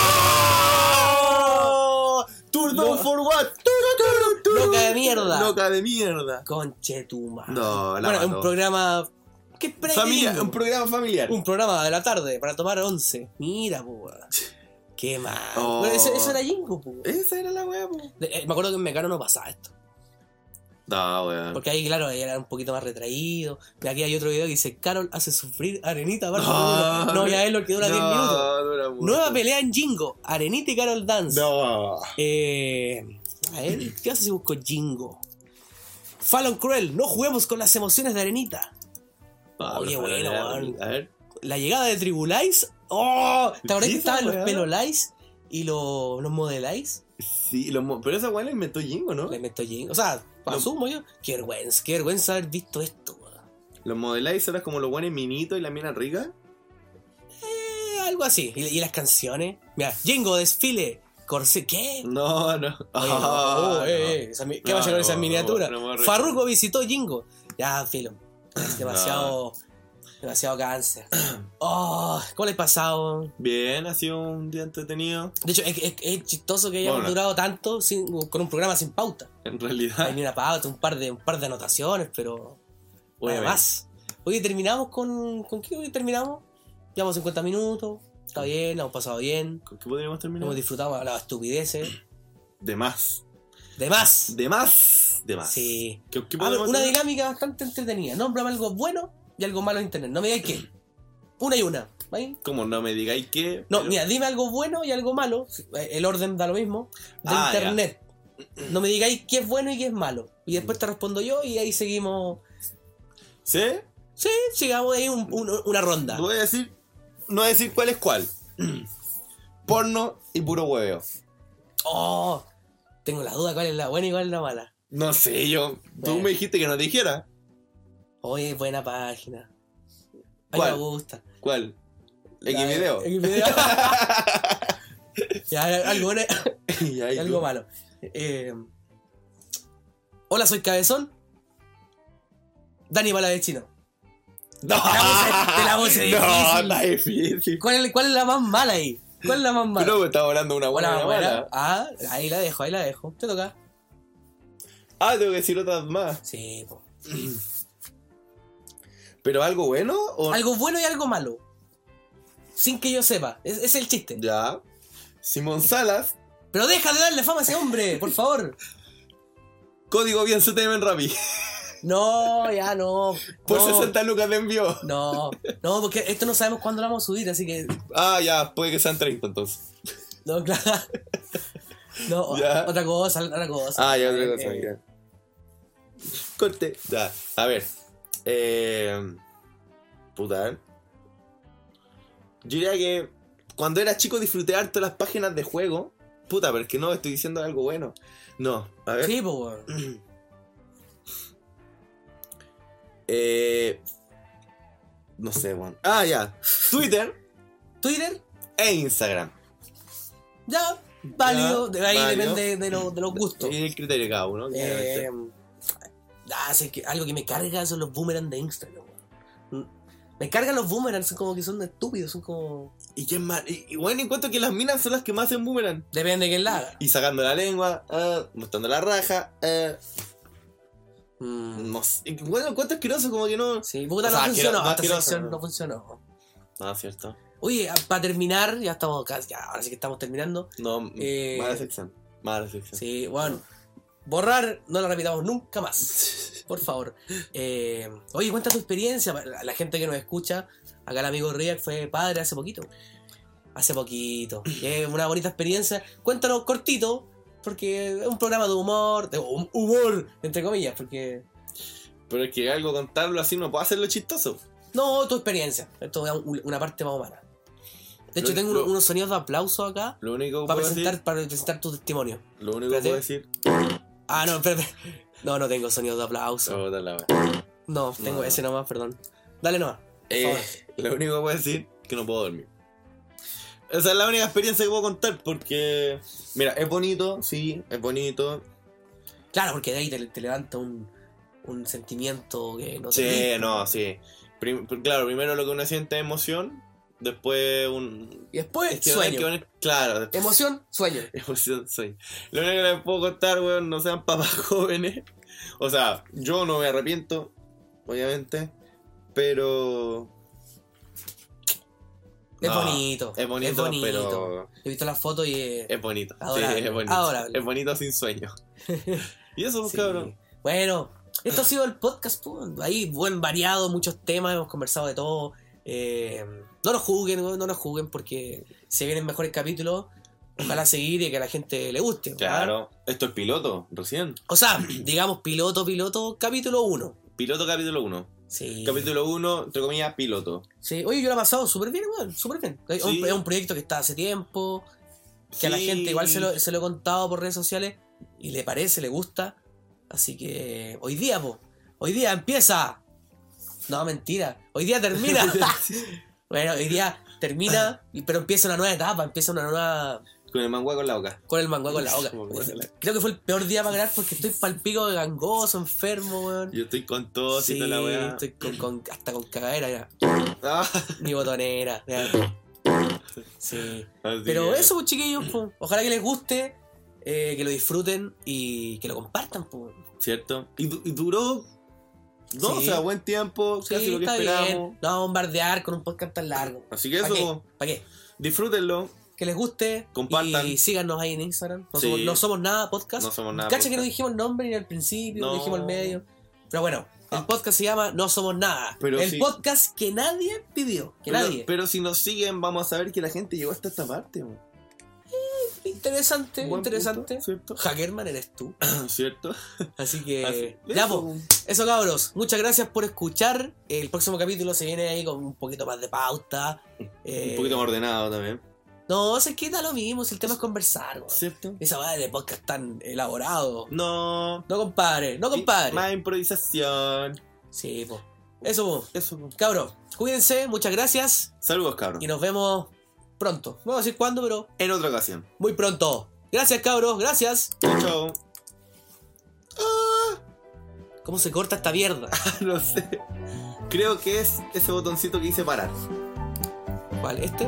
A: ¡Turn down
B: Lo-
A: for what? Turu, turu, turu.
B: Loca de mierda.
A: Loca de mierda.
B: Conche tu madre.
A: No, la
B: Bueno, es
A: mató.
B: un programa. ¿Qué esperáis de
A: Familia,
B: gringo?
A: un programa familiar.
B: Un programa de la tarde para tomar once. Mira, po. weón. Qué mal.
A: Oh.
B: Bueno, eso, eso era Jingo, po.
A: Esa era la weá, po.
B: De- eh, Me acuerdo que en Mecano no pasaba esto.
A: No, weón.
B: Porque ahí, claro, ahí era un poquito más retraído. Y aquí hay otro video que dice: Carol hace sufrir Arenita. parte
A: No.
B: uno". No, ya es lo que dura 10
A: No,
B: minutos.
A: dura mucho.
B: Nueva pelea en Jingo. Arenita y Carol Dance.
A: No.
B: Eh, a ver, ¿qué hace si busco Jingo? Fallon Cruel, no juguemos con las emociones de Arenita.
A: No,
B: Oye,
A: no,
B: bueno,
A: no,
B: weón.
A: Ah, A ver.
B: La llegada de Tribulais. ¡Oh! ¿Te acuerdas
A: Sí,
B: que estaban
A: esa
B: los
A: weá.
B: pelolais y los, los modelais?
A: Sí, lo mo- pero esa weá la inventó Jingo, ¿no?
B: La inventó Jingo. O sea,
A: No.
B: asumo yo. Qué vergüenza, qué vergüenza haber visto esto. weón.
A: Los modeláis eran como los buenos minitos y la mina rica.
B: Eh, algo así. Y, y las canciones. Mira, Jingo, desfile. Corsé, ¿qué?
A: No, no.
B: Oye,
A: Ah,
B: no,
A: no.
B: eh, eh, esa mi- ¿Qué
A: No,
B: va a ser con
A: no,
B: esas
A: no,
B: miniaturas?
A: no, no, no,
B: Farruko visitó Jingo. Ya, filo. Es demasiado. Demasiado cáncer. Oh, ¿Cómo le he pasado?
A: Bien, ha sido un día entretenido.
B: De hecho, es, es- es chistoso que hayamos
A: Bueno.
B: durado tanto sin- con un programa sin pauta.
A: En
B: No
A: realidad.
B: Hay ni una pauta, un par de, un par de anotaciones, pero. Nada
A: Obviamente.
B: más. Oye, terminamos con. ¿Con qué hoy terminamos? Llevamos 50 minutos. Está bien, la hemos pasado bien.
A: ¿Con qué podríamos terminar?
B: Hemos disfrutado, hemos hablado de estupideces.
A: De más.
B: De más.
A: De más. De más.
B: Sí.
A: ¿Qué, qué
B: A ver,
A: podríamos
B: una
A: terminar?
B: dinámica bastante entretenida. Nómbrame algo bueno y algo malo en internet. No me digáis qué. Una y una. ¿vale?
A: Como no me digáis qué.
B: No,
A: pero-
B: mira, dime algo bueno y algo malo. eh, El orden da lo mismo. De
A: Ah, ya.
B: internet. No me digáis qué es bueno y qué es malo. Y después te respondo yo y ahí seguimos.
A: ¿Sí?
B: Sí, sigamos ahí un- un- una ronda.
A: Voy a decir. No voy a decir cuál es cuál. Porno y puro hueveo.
B: Oh, tengo la duda cuál es la buena y cuál es la mala.
A: No sé, yo. Tú
B: Bueno.
A: me dijiste que no te dijera.
B: Oye, buena página. A mí
A: ¿Cuál?
B: me gusta.
A: ¿Cuál?
B: La-
A: Xvideo.
B: Xvideo. ya, algo bueno
A: Y ahí
B: y algo
A: tú.
B: malo. Eh, hola, soy Cabezón. Dani Bala de Chino.
A: No,
B: puse- te la puse
A: No,
B: difícil.
A: está difícil.
B: ¿Cuál es, ¿Cuál es la más mala ahí? ¿Cuál es la más mala?
A: Pero me estaba hablando de una buena. y
B: Hola,
A: una
B: buena.
A: mala.
B: Ah, ahí la dejo, ahí la dejo. Te toca.
A: Ah, tengo que decir otras más.
B: Sí, po.
A: ¿Pero algo bueno o
B: Algo bueno y algo malo. Sin que yo sepa. Es, es el chiste.
A: Ya. Simón Salas,
B: Pero deja de darle fama a ese hombre, por favor.
A: código bien su tema en Rappi.
B: No, ya no.
A: Por
B: no,
A: 60 lucas de envío.
B: No, no, porque esto no sabemos cuándo lo vamos a subir, así que.
A: Ah, ya, puede que sean 30 entonces.
B: No, claro. No, o-
A: Ya.
B: otra cosa, otra cosa.
A: Ah, ya, otra cosa.
B: Eh,
A: ya. Corte. Ya, a ver. Eh, puta, ¿eh? Yo diría que cuando era chico disfruté harto las páginas de juego. Puta, pero es que no, estoy diciendo algo bueno. No, a ver.
B: Sí, pues, weón.
A: Eh, no sé, weón. Ah, ya. Twitter
B: Twitter,
A: e Instagram.
B: ya, válido.
A: Ya,
B: de ahí
A: válido.
B: depende de, lo- de los gustos.
A: Y el criterio de cada uno.
B: Eh,
A: obviamente.
B: ah, sé que algo que me carga son los boomerang de Instagram, weón. Mm, Me cargan los boomerang, son como que son estúpidos, son como.
A: ¿Y qué más? Y, y bueno, encuentro que las minas son las que más hacen boomerang.
B: Depende de quién la haga.
A: Y sacando la lengua, ah, mostrando la raja. ah,
B: Mm,
A: no sé. Y Bueno, encuentro asqueroso como que no.
B: Sí, puta,
A: O
B: no
A: sea,
B: funcionó.
A: asqueroso,
B: esta
A: asqueroso,
B: sección
A: ¿no?
B: no funcionó.
A: No, es Ah, cierto.
B: Oye, ah, para terminar, ya estamos casi, ya, ahora sí que estamos terminando.
A: No,
B: Eh,
A: mala sección. Mala sección.
B: Sí, bueno, borrar no la repitamos nunca más, por favor. Eh, oye, cuenta tu experiencia, pa- la, la gente que nos escucha, acá el amigo Riak fue padre hace poquito. Hace poquito. Y es una bonita experiencia. Cuéntanos cortito, porque es un programa de humor, de hum- humor, entre comillas, porque...
A: Pero es que algo contarlo así no puedo hacerlo chistoso.
B: No, tu experiencia, esto es un- una parte más humana. De hecho,
A: Lo-
B: tengo
A: lo-
B: unos sonidos de aplauso acá.
A: Lo único que
B: Para
A: puedo decir.
B: presentar, para presentar tu testimonio.
A: Lo único que puedo decir.
B: Ah, no, espérate. No, no tengo sonido de aplauso.
A: Oh, la wea.
B: No, tengo
A: No.
B: ese nomás, perdón. Dale nomás.
A: Eh, lo único que puedo decir es que no puedo dormir. Esa es la única experiencia que puedo contar porque, mira, es bonito, sí, es bonito.
B: Claro, porque de ahí te, te levanta un, un sentimiento que no
A: Sí,
B: sé.
A: no, sí. Prim- pr- claro, primero lo que uno siente es emoción, después un...
B: Y después,
A: es que-
B: sueño.
A: es que uno- claro, después-
B: Emoción, sueño.
A: emoción, sueño. Lo único que les puedo contar, weón, no sean papás jóvenes. O sea, yo no me arrepiento, obviamente, pero...
B: Es
A: No,
B: bonito.
A: Es bonito, pero...
B: He visto la foto y. eh,
A: Es bonito.
B: Adorable,
A: Sí, es bonito.
B: adorable.
A: Es bonito sin sueño. y eso, pues,
B: sí.
A: cabrón.
B: Bueno, esto ha sido el podcast. pum. Ahí, buen variado, muchos temas, hemos conversado de todo. Eh, no nos juzguen, no no nos juzguen porque se vienen mejores capítulos. Ojalá seguir y que a la gente le guste. ¿verdad?
A: Claro. Esto es piloto, recién.
B: O sea, digamos piloto, piloto, capítulo 1.
A: Piloto capítulo 1.
B: Sí.
A: Capítulo 1, entre comillas, piloto.
B: Sí. Oye, yo lo he pasado súper bien, weón, súper bien. Es un-
A: Sí.
B: Es un proyecto que está hace tiempo, que a la
A: Sí.
B: gente igual se lo, se lo he contado por redes sociales y le parece, le gusta. Así que hoy día, po, hoy día empieza. No, mentira. Hoy día termina. bueno, hoy día termina, y- pero empieza una nueva etapa, empieza una nueva
A: Con el mangua con la boca.
B: Con el mangua con la boca. Creo que fue el peor día para grabar porque estoy palpico de gangoso, enfermo, weón.
A: Yo estoy con todo,
B: Sí,
A: sí, la weá.
B: estoy con, con- hasta con cagadera, ya.
A: Ah,
B: ni botonera. ya. Sí.
A: así
B: Pero
A: que-
B: eso, pues, chiquillos, pues, ojalá que les guste, eh, que lo disfruten y que lo compartan, pues.
A: ¿Cierto? Y, du- y duró. No,
B: Sí.
A: o sea, buen tiempo,
B: Sí,
A: casi lo que
B: está bien.
A: esperábamos.
B: No vamos a bombardear con un podcast tan largo.
A: Así que
B: ¿Para qué?
A: eso,
B: ¿Pa' qué?
A: disfrútenlo.
B: Que les guste.
A: Compartan.
B: Y síganos ahí en Instagram. No,
A: Sí.
B: somos, no somos nada podcast.
A: No somos nada.
B: Cacha que no
A: podcast.
B: dijimos nombre ni al principio, no
A: No.
B: dijimos al medio. Pero bueno, el
A: Ah.
B: podcast se llama No Somos Nada.
A: Pero
B: el
A: sí.
B: podcast que nadie pidió. Que
A: pero,
B: nadie.
A: pero si nos siguen, vamos a saber que la gente llegó hasta esta parte. weón.
B: interesante,
A: Buen
B: interesante.
A: punto, ¿Cierto?
B: Hackerman eres tú.
A: ¿Cierto?
B: Así que.
A: Así-
B: Eh, ya,
A: eso,
B: po.
A: weón.
B: Eso, cabros. Muchas gracias por escuchar. El próximo capítulo se viene ahí con un poquito más de pauta. Eh,
A: Un poquito más ordenado también.
B: No, se quita lo mismo. Si el tema es conversar, weón.
A: ¿Cierto?
B: Esa va de podcast tan elaborado.
A: No.
B: No, compadre. No, compadre.
A: Más improvisación.
B: Sí, po. Eso, po.
A: Eso. weón.
B: Cabros, cuídense, muchas gracias
A: Saludos, cabros.
B: y nos vemos pronto. No voy a decir cuándo, pero
A: En otra ocasión.
B: muy pronto. Gracias, cabros, gracias.
A: Chao, chao.
B: ¿Cómo se corta esta mierda?
A: No sé. Creo que es ese botoncito que dice parar.
B: ¿Cuál? ¿Este?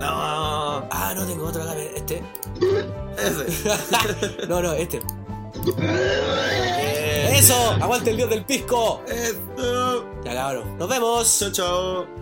A: No.
B: Ah, no tengo otro acá. mira, Este.
A: Ese.
B: No, no, este.
A: Eh,
B: ¡Eso! ¡Aguante el dios del pisco!
A: Eso.
B: Ya, cabros. Nos vemos.
A: Chao, chao.